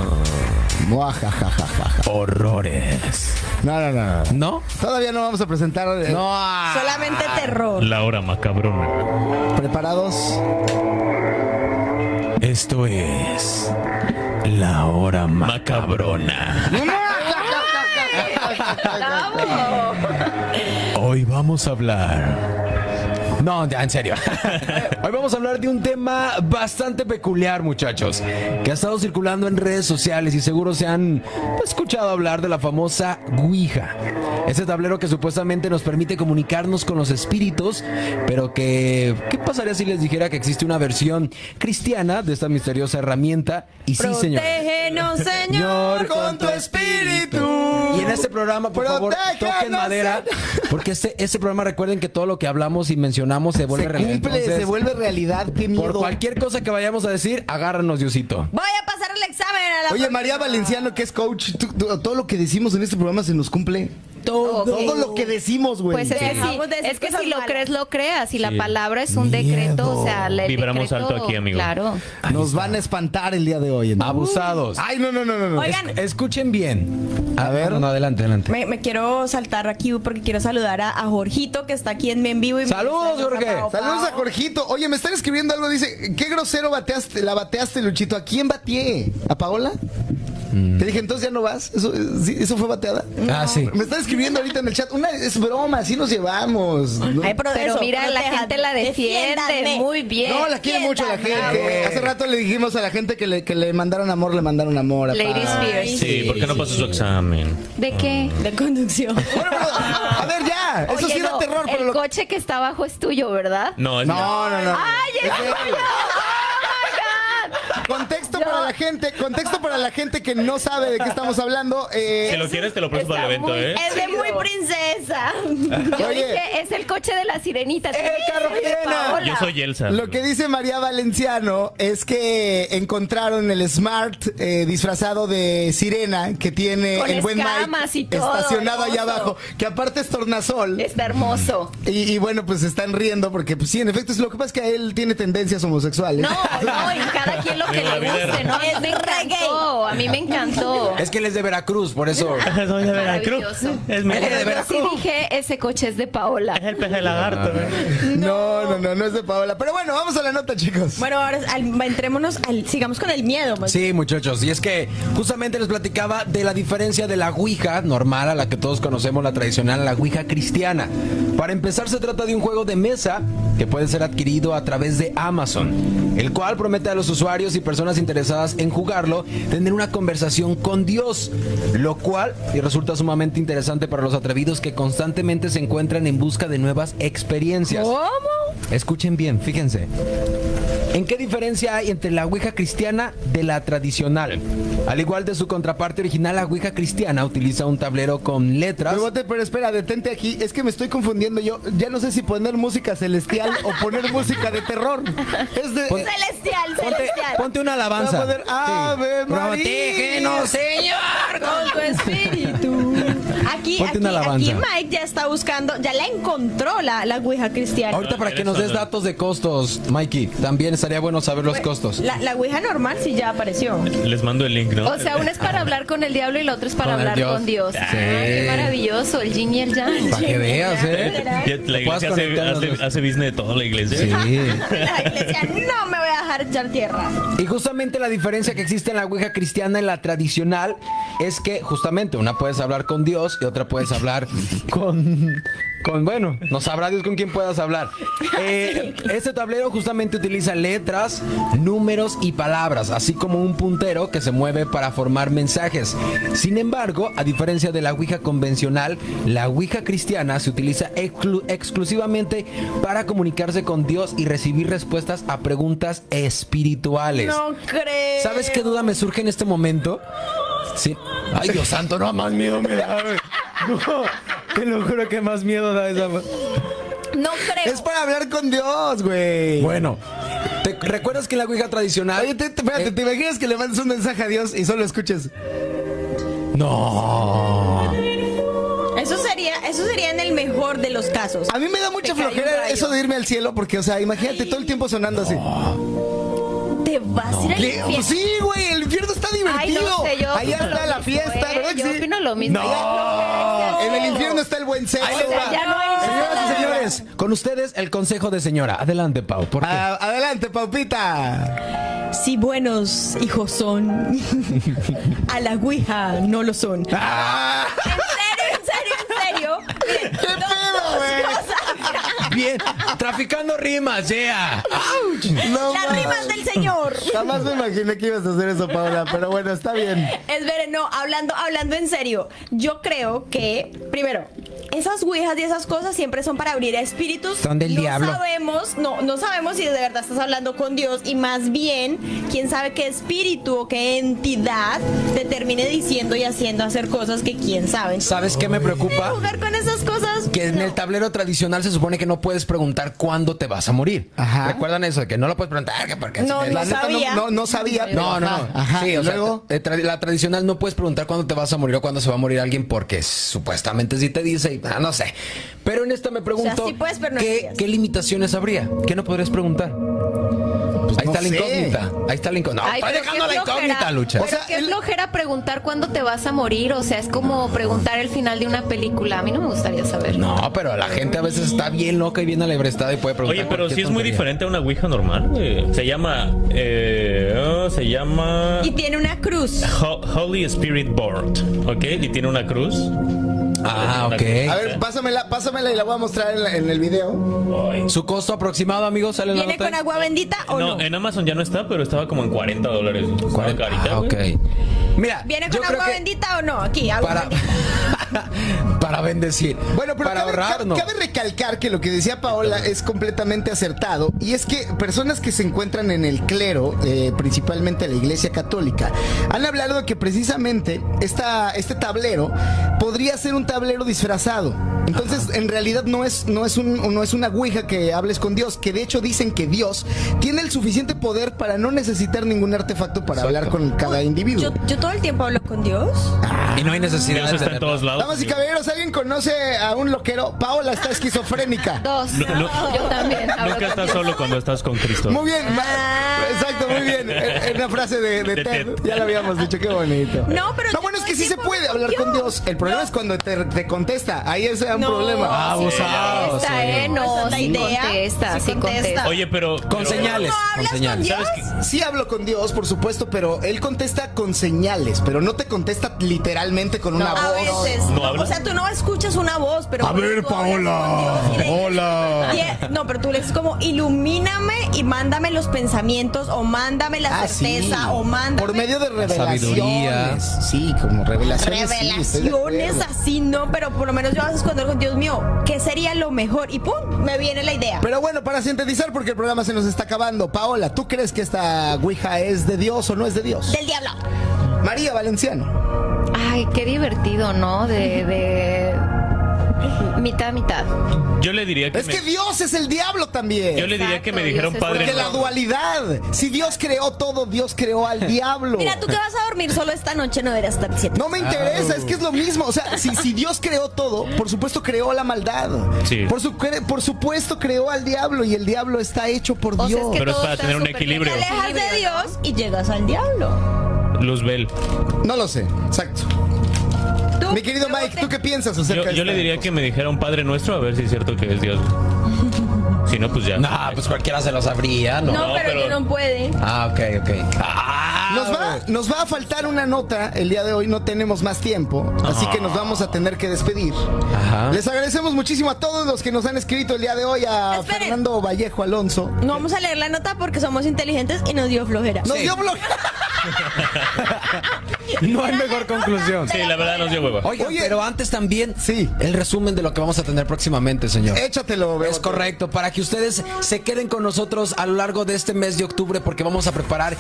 Muajajajaja. Horrores. No, no, no. no. ¿No? Todavía no vamos a presentar. eh, No. ah. Solamente terror. La hora macabrona. ¿Preparados? Esto es. La hora Macabrona. Hoy vamos a hablar. No, ya, en serio. Hoy vamos a hablar de un tema bastante peculiar, muchachos, que ha estado circulando en redes sociales y seguro se han pues, escuchado hablar de la famosa Ouija. Ese tablero que supuestamente nos permite comunicarnos con los espíritus, pero que, ¿qué pasaría si les dijera que existe una versión cristiana de esta misteriosa herramienta? Y sí, señor. Protégenos, Señor, Señor. con tu espíritu. Y en este programa, por favor, Protégenos, toquen madera. Porque este, este programa, recuerden que todo lo que hablamos y mencionamos se vuelve Se real. cumple, Entonces, se vuelve realidad. Qué miedo. Por cualquier cosa que vayamos a decir, agárranos, Diosito. Voy a pasar el examen a la Oye, María Valenciano, que es coach, tú- tú- todo lo que decimos en este programa se nos cumple. Todo. Todo lo que decimos, güey. Pues es que, sí, Dejamos de decir es que cosas si lo malas. crees, lo creas. Y la Sí. palabra es un Miedo. decreto, o sea, le Vibramos decreto, alto aquí, amigo. Claro. Nos van a espantar el día de hoy. ¿no? Abusados. Ay, no, no, no, no. no. Oigan. Escuchen bien. A Ah, ver. No, no, adelante, adelante. Me, me quiero saltar aquí porque quiero saludar a, a Jorgito que está aquí en en vivo. Y me Saludos, está- Jorge. Pao, pao. Saludos a Jorgito. Oye, me están escribiendo algo. Dice, qué grosero bateaste, la bateaste, Luchito. ¿A quién bateé? ¿A Paola? Te dije, entonces ya no vas. ¿Eso, eh, sí, ¿eso fue bateada? Mm. Ah, sí. Me están escribiendo ahorita en el chat. Una es broma, así nos llevamos. No, Ay, pero Pero eso, mira, la proteja- gente la defiende defiéndanme. muy bien. No, la quiere mucho la gente. Quieta, Ah, Hace rato le dijimos a la gente que le, que le mandaron amor, le mandaron amor. a Lady Paz. Spears. Sí, ¿por qué no pasó su examen? ¿De qué? De conducción. Bueno, pero, a ver, ya. Eso Oye, sí era no, terror, pero El lo... coche que está abajo es tuyo, ¿verdad? No, es mío. No, no, no. ¡Ay, es Es tuyo! él. ¡Oh, my God! Contexto Yo- para la gente, contexto para la gente que no sabe de qué estamos hablando. Eh, Si lo quieres, te lo presto para el está evento, muy- ¿eh? Es de muy princesa. Yo Oye. dije, es el coche de la sirenita. ¡Eh, Carlos Pirena! Yo soy Elsa. Lo que dice María Valenciano es que encontraron el Smart eh, disfrazado de sirena que tiene Con el buen escamas Mike y todo, estacionado allá hermoso. abajo, que aparte es tornasol. Está hermoso. Y, y bueno, pues están riendo porque, pues sí, en efecto, es lo que pasa es que él tiene tendencias homosexuales. No, no, y cada quien lo que Digo, la le vida guste, era- ¿no? A mí me encantó, a mí me encantó. Es que él es de Veracruz, por eso. Soy de Veracruz. Maravilloso. Es mi- de Pero sí Veracruz. dije, ese coche es de es Paola. el pez de lagarto, ¿eh? No, no, no, no es de Paola. Pero bueno, vamos a la nota, chicos. Bueno, ahora al- entrémonos al. Sigamos con el miedo, pues. más Sí, muchachos. Y es que justamente les platicaba de la diferencia de la Ouija normal a la que todos conocemos, la tradicional, a la Ouija cristiana. Para empezar, se trata de un juego de mesa que puede ser adquirido a través de Amazon, el cual promete a los usuarios y personas interesadas en jugarlo tener una conversación con Dios, lo cual y resulta sumamente interesante para los atrevidos que constantemente se encuentran en busca de nuevas experiencias. ¿Cómo? Escuchen bien, fíjense. ¿En qué diferencia hay entre la Ouija cristiana de la tradicional? Al igual de su contraparte original, la Ouija cristiana utiliza un tablero con letras. Bebote, pero espera, detente aquí. Es que me estoy confundiendo yo. Ya no sé si poner música celestial o poner música de terror. Es de. Pon- Celestial, Ponte, celestial. ponte una alabanza. Voy a poner Ave María. Protégenos, Señor. Con tu espíritu. Aquí, Ponte aquí, una alabanza. aquí Mike ya está buscando, ya la encontró la, la Ouija cristiana. Ahorita para que nos des datos de costos, Mikey. También estaría bueno saber los costos. La, la Ouija normal sí ya apareció. Les mando el link, ¿no? O sea, uno es para hablar con el diablo y el otro es para Con el hablar Dios. con Dios. Sí. Ay, qué maravilloso, el yin y el yang. Para que veas, ¿eh? Ya La iglesia Puedas hace, conectar los hace, dos. hace business de toda la iglesia. Sí. La iglesia no me voy a dejar echar tierra. Y justamente la diferencia que existe en la Ouija cristiana y la tradicional es que justamente una puedes hablar con Dios y otra puedes hablar con... Con, bueno, no sabrá Dios con quién puedas hablar. Eh, este tablero justamente utiliza letras, números y palabras, así como un puntero que se mueve para formar mensajes. Sin embargo, a diferencia de la Ouija convencional, la Ouija cristiana se utiliza exclu- exclusivamente para comunicarse con Dios y recibir respuestas a preguntas espirituales. No creo. ¿Sabes qué duda me surge en este momento? Sí. Ay, Dios santo, no, más miedo me da. güey. No, te lo juro que más miedo da esa. No creo. Es para hablar con Dios, güey. Bueno, ¿te recuerdas que en la Ouija tradicional? Oye, te, te- espérate, Eh, ¿te imaginas que le mandes un mensaje a Dios y solo escuches? No. Eso sería, eso sería en el mejor de los casos. A mí me da mucha Te cae un flojera rayo. eso de irme al cielo porque, o sea, imagínate todo el tiempo sonando así. Te vas a ir al ¿Qué? infierno. Sí, güey, el infierno está Ay, divertido. no sé, yo Allá opino está lo la mismo, fiesta, ¿eh? ¿verdad que Yo sí? opino lo mismo. No. En el infierno está el buen sexo. O sea, ya no hay Señoras y nada. señores, Con ustedes el consejo de señora. Adelante, Pau. ¿Por qué? a- adelante, Paupita. Si buenos hijos son, a la Ouija no lo son. Ah, En serio, en serio, en serio. Miren, ¿Qué dos- pedo, dos güey? cosas. Bien, traficando rimas, yeah. No, Las mames. rimas del señor. Jamás me imaginé que ibas a hacer eso, Paula, pero bueno, está bien. Es ver, no, hablando, hablando en serio, yo creo que, primero, esas ouijas y esas cosas siempre son para abrir a espíritus. Son del no diablo. Sabemos, no, no sabemos si de verdad estás hablando con Dios y más bien, quién sabe qué espíritu o qué entidad te termine diciendo y haciendo hacer cosas que quién sabe. ¿Sabes qué me preocupa? Jugar con esas cosas. Que en no. el tablero tradicional se supone que no puedes preguntar cuándo te vas a morir. Ajá. ¿Recuerdan eso? Que no lo puedes preguntar. que porque No, si te- no La neta, sabía. No, no, no sabía. pero No, no, ajá, no. Ajá. Sí, o sea, luego. eh, tra- la tradicional no puedes preguntar cuándo te vas a morir o cuándo se va a morir alguien porque supuestamente sí te dice, y, ah, no sé. Pero en esta me pregunto, sí puedes, pero no ¿qué, decías. ¿qué limitaciones habría? ¿Qué no podrías preguntar? Pues Pues Ahí no está la sé. incógnita. Ahí está la incógnita. No, Ay, está pero dejando qué la incógnita, flojera. Lucha. Pero qué flojera preguntar cuándo te vas a morir. O sea, es como preguntar el final de una película. A mí no me gustaría saber. No, pero la gente a veces está bien loca y bien alebrestada y puede preguntar. Oye, pero cualquier sí es muy tontería. diferente a una Ouija normal, güey. Se llama. eh, oh, se llama. Y tiene una cruz. Ho- Holy Spirit Board, ¿ok? Y tiene una cruz. Ah, A ok. ver, pásamela, pásamela y la voy a mostrar en, la- en el video. Su costo aproximado, amigos, sale en la ¿Viene nota. con agua bendita Oh, o no? No, eh, en Amazon ya no está, pero estaba como en 40 dólares. Estaba Cuarenta- carita, ah, güey. ok. Mira, ¿Viene yo con creo agua que bendita o no? Aquí, agua para bendita. para bendecir. Bueno, pero para cabe, ahorrar, cabe- no. cabe recalcar que lo que decía Paola es completamente acertado. Y es que personas que se encuentran en el clero, eh, principalmente la iglesia católica, han hablado de que precisamente esta, este tablero podría ser un tablero disfrazado. Entonces, en realidad no es, no, es un, no es una ouija que hables con Dios, que de hecho dicen que Dios tiene el suficiente poder para no necesitar ningún artefacto para hablar con cada individuo. Yo, yo todo el tiempo hablo con Dios. Ah, Y no hay necesidad Dios de está en tenerlo. todos lados. Damas y caballeros, ¿alguien conoce a un loquero? Paola está esquizofrénica. Dos. No, no. Yo también. hablo Nunca estás también. solo cuando estás con Cristo. Muy bien, Ah. va- exacto, muy bien. Es una frase de, de De Ted. Ted. Ya la habíamos dicho, qué bonito. No, pero Lo yo bueno es todo que el sí se tiempo puede hablo hablar con Dios. El problema No. es cuando te, te contesta. Ahí ese es un No. problema. Ah, abusados. Esta, sí. eh, Esa no, es la sí idea. contesta, Sí sí contesta. contesta. Oye, pero. Con pero- señales, ¿No con hablas con señales. Dios? ¿Sabes qué? Sí hablo con Dios, por supuesto, pero él contesta con señales, pero no te contesta literalmente con una A voz. veces. ¿No o hablas? sea, tú no escuchas una voz, pero. A ver, tú hablas Paola. con Dios y le dices- Hola. Die- No, pero tú le dices como, ilumíname y mándame los pensamientos, o mándame la Ah, sí. certeza, o mándame. Por medio de Sabiduría. revelaciones. Sí, como revelaciones. sí, estoy de Revelaciones acuerdo. así, no, pero por lo menos yo a veces cuando digo, Dios mío, ¿qué sería lo mejor? Y pum, me viene la idea. Pero bueno, para sintetizar, porque el programa se nos está acabando. Paola, ¿tú crees que esta Ouija es de Dios o no es de Dios? Del diablo. María Valenciano. Ay, qué divertido, ¿no? De, de mitad, mitad. Yo le diría que. Es me- que Dios es el diablo también. Yo le diría que me Exacto, dijeron Dios es padre. Porque la nuestro. dualidad. Si Dios creó todo, Dios creó al diablo. Mira, tú que vas a dormir solo esta noche no deberás estar siete. No me interesa, es que es lo mismo. O sea, si, si Dios creó todo, por supuesto creó la maldad. Sí. Por, su- cre- por supuesto creó al diablo y el diablo está hecho por O Dios. sea, es que Pero es todo para está tener un súper equilibrio. Te bien. alejas de Dios y llegas al diablo. Luzbel. No lo sé, exacto. Tú, Mi querido luego Mike, te- ¿tú qué piensas acerca Yo, de yo le esta diría cosa? que me dijera un padre nuestro a ver si es cierto que es Dios. Si no, pues ya. Nah, pues cualquiera se lo sabría, ¿no? No, No, pero, pero- yo no puede. Ah, ok, ok. Ah, Nos va, nos va a faltar una nota el día de hoy, no tenemos más tiempo, así que nos vamos a tener que despedir. Ajá. Les agradecemos muchísimo a todos los que nos han escrito el día de hoy, a Esperen. Fernando Vallejo Alonso. No vamos a leer la nota porque somos inteligentes y nos dio flojera. Nos Sí. dio blog. No hay mejor conclusión. Sí, la verdad nos dio hueva. Oigan, Oye. pero antes también, Sí. el resumen de lo que vamos a tener próximamente, señor. Échatelo, Bebote. Es correcto, para que ustedes se queden con nosotros a lo largo de este mes de octubre porque vamos a preparar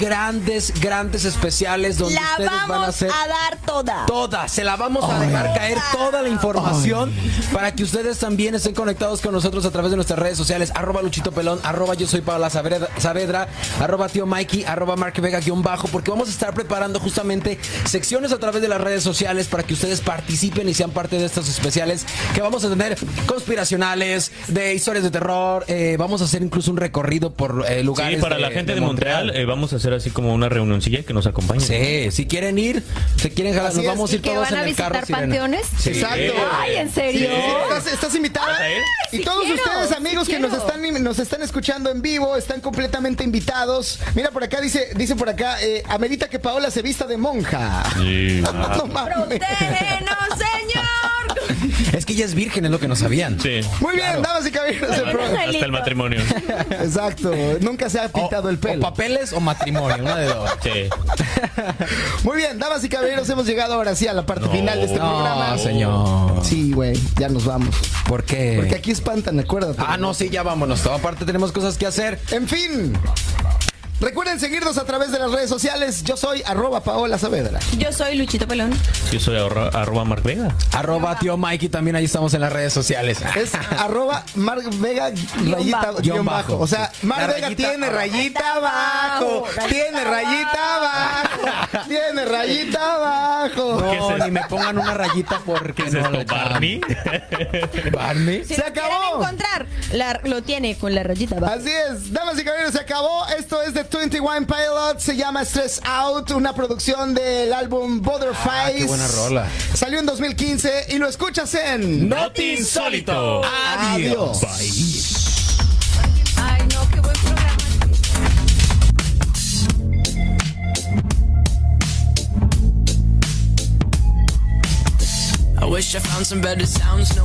grandes, grandes especiales donde La ustedes van a vamos hacer a, dar toda. toda, se la vamos a dejar caer toda la información para que ustedes también estén conectados con nosotros a través de nuestras redes sociales, arroba Luchito Pelón, arroba yo soy Paola Saavedra, Saavedra, arroba tío Mikey, arroba Mark Vega guión bajo, porque vamos a estar preparando justamente secciones a través de las redes sociales para que ustedes participen y sean parte de estos especiales que vamos a tener conspiracionales, de historias de terror, eh, vamos a hacer incluso un recorrido por eh, Sí, lugares para la gente de, Montreal, eh, vamos a hacer así como una reunioncilla que nos acompañe. Sí, si quieren ir, se quieren jalar, Así nos es, vamos a ¿Y ir que todos van en a el carro. visitar sirena. panteones? Sí. Exacto. Ay, ¿en serio? Estás, estás invitada. ¿Vas a ir? Y Sí todos quiero, ustedes, sí amigos que quiero. nos están nos están escuchando en vivo, están completamente invitados. Mira por acá dice dice por acá eh, amerita que Paola se vista de monja. Sí. No mames. Protégenos, Señor. Es que ella es virgen, es lo que no sabían. Sí. Muy bien, damas y caballeros, el pro- Hasta el matrimonio. Exacto, nunca se ha pintado el pelo. O papeles o matrimonio, una de dos. Sí. Muy bien, damas y caballeros, hemos llegado ahora sí a la parte No. final de este programa. No, Oh. señor. Sí, güey, ya nos vamos. ¿Por qué? Porque aquí espantan, acuérdate. Ah, no, sí, ya vámonos. Aparte tenemos cosas que hacer. En fin. Recuerden seguirnos a través de las redes sociales. Yo soy arroba Paola Saavedra. Yo soy Luchito Pelón. Yo soy arro- arroba Mark Vega. Arroba tío Mikey, también ahí estamos en las redes sociales. Es arroba Mark Vega rayita bajo. guión bajo. bajo. O sea, Mark La Vega rayita tiene abajo. rayita abajo. Rayita Tiene rayita abajo. Tiene rayita abajo. ¿Qué es No, eso? ni me pongan una rayita porque ¿Qué es no esto, lo Barney? Barney. Si Se nos quieren acabó. encontrar La- lo tiene con la rayita abajo. Así es, damas y caballeros, se acabó. Esto es de 21 Pilot, se llama Stress Out, una producción del álbum Butterflies. Ah, qué buena rola. Salió en 2015 y lo escuchas en. Not insólito. Ah. Adiós. Ay, no, qué buen programa. I wish I found some better sounds. No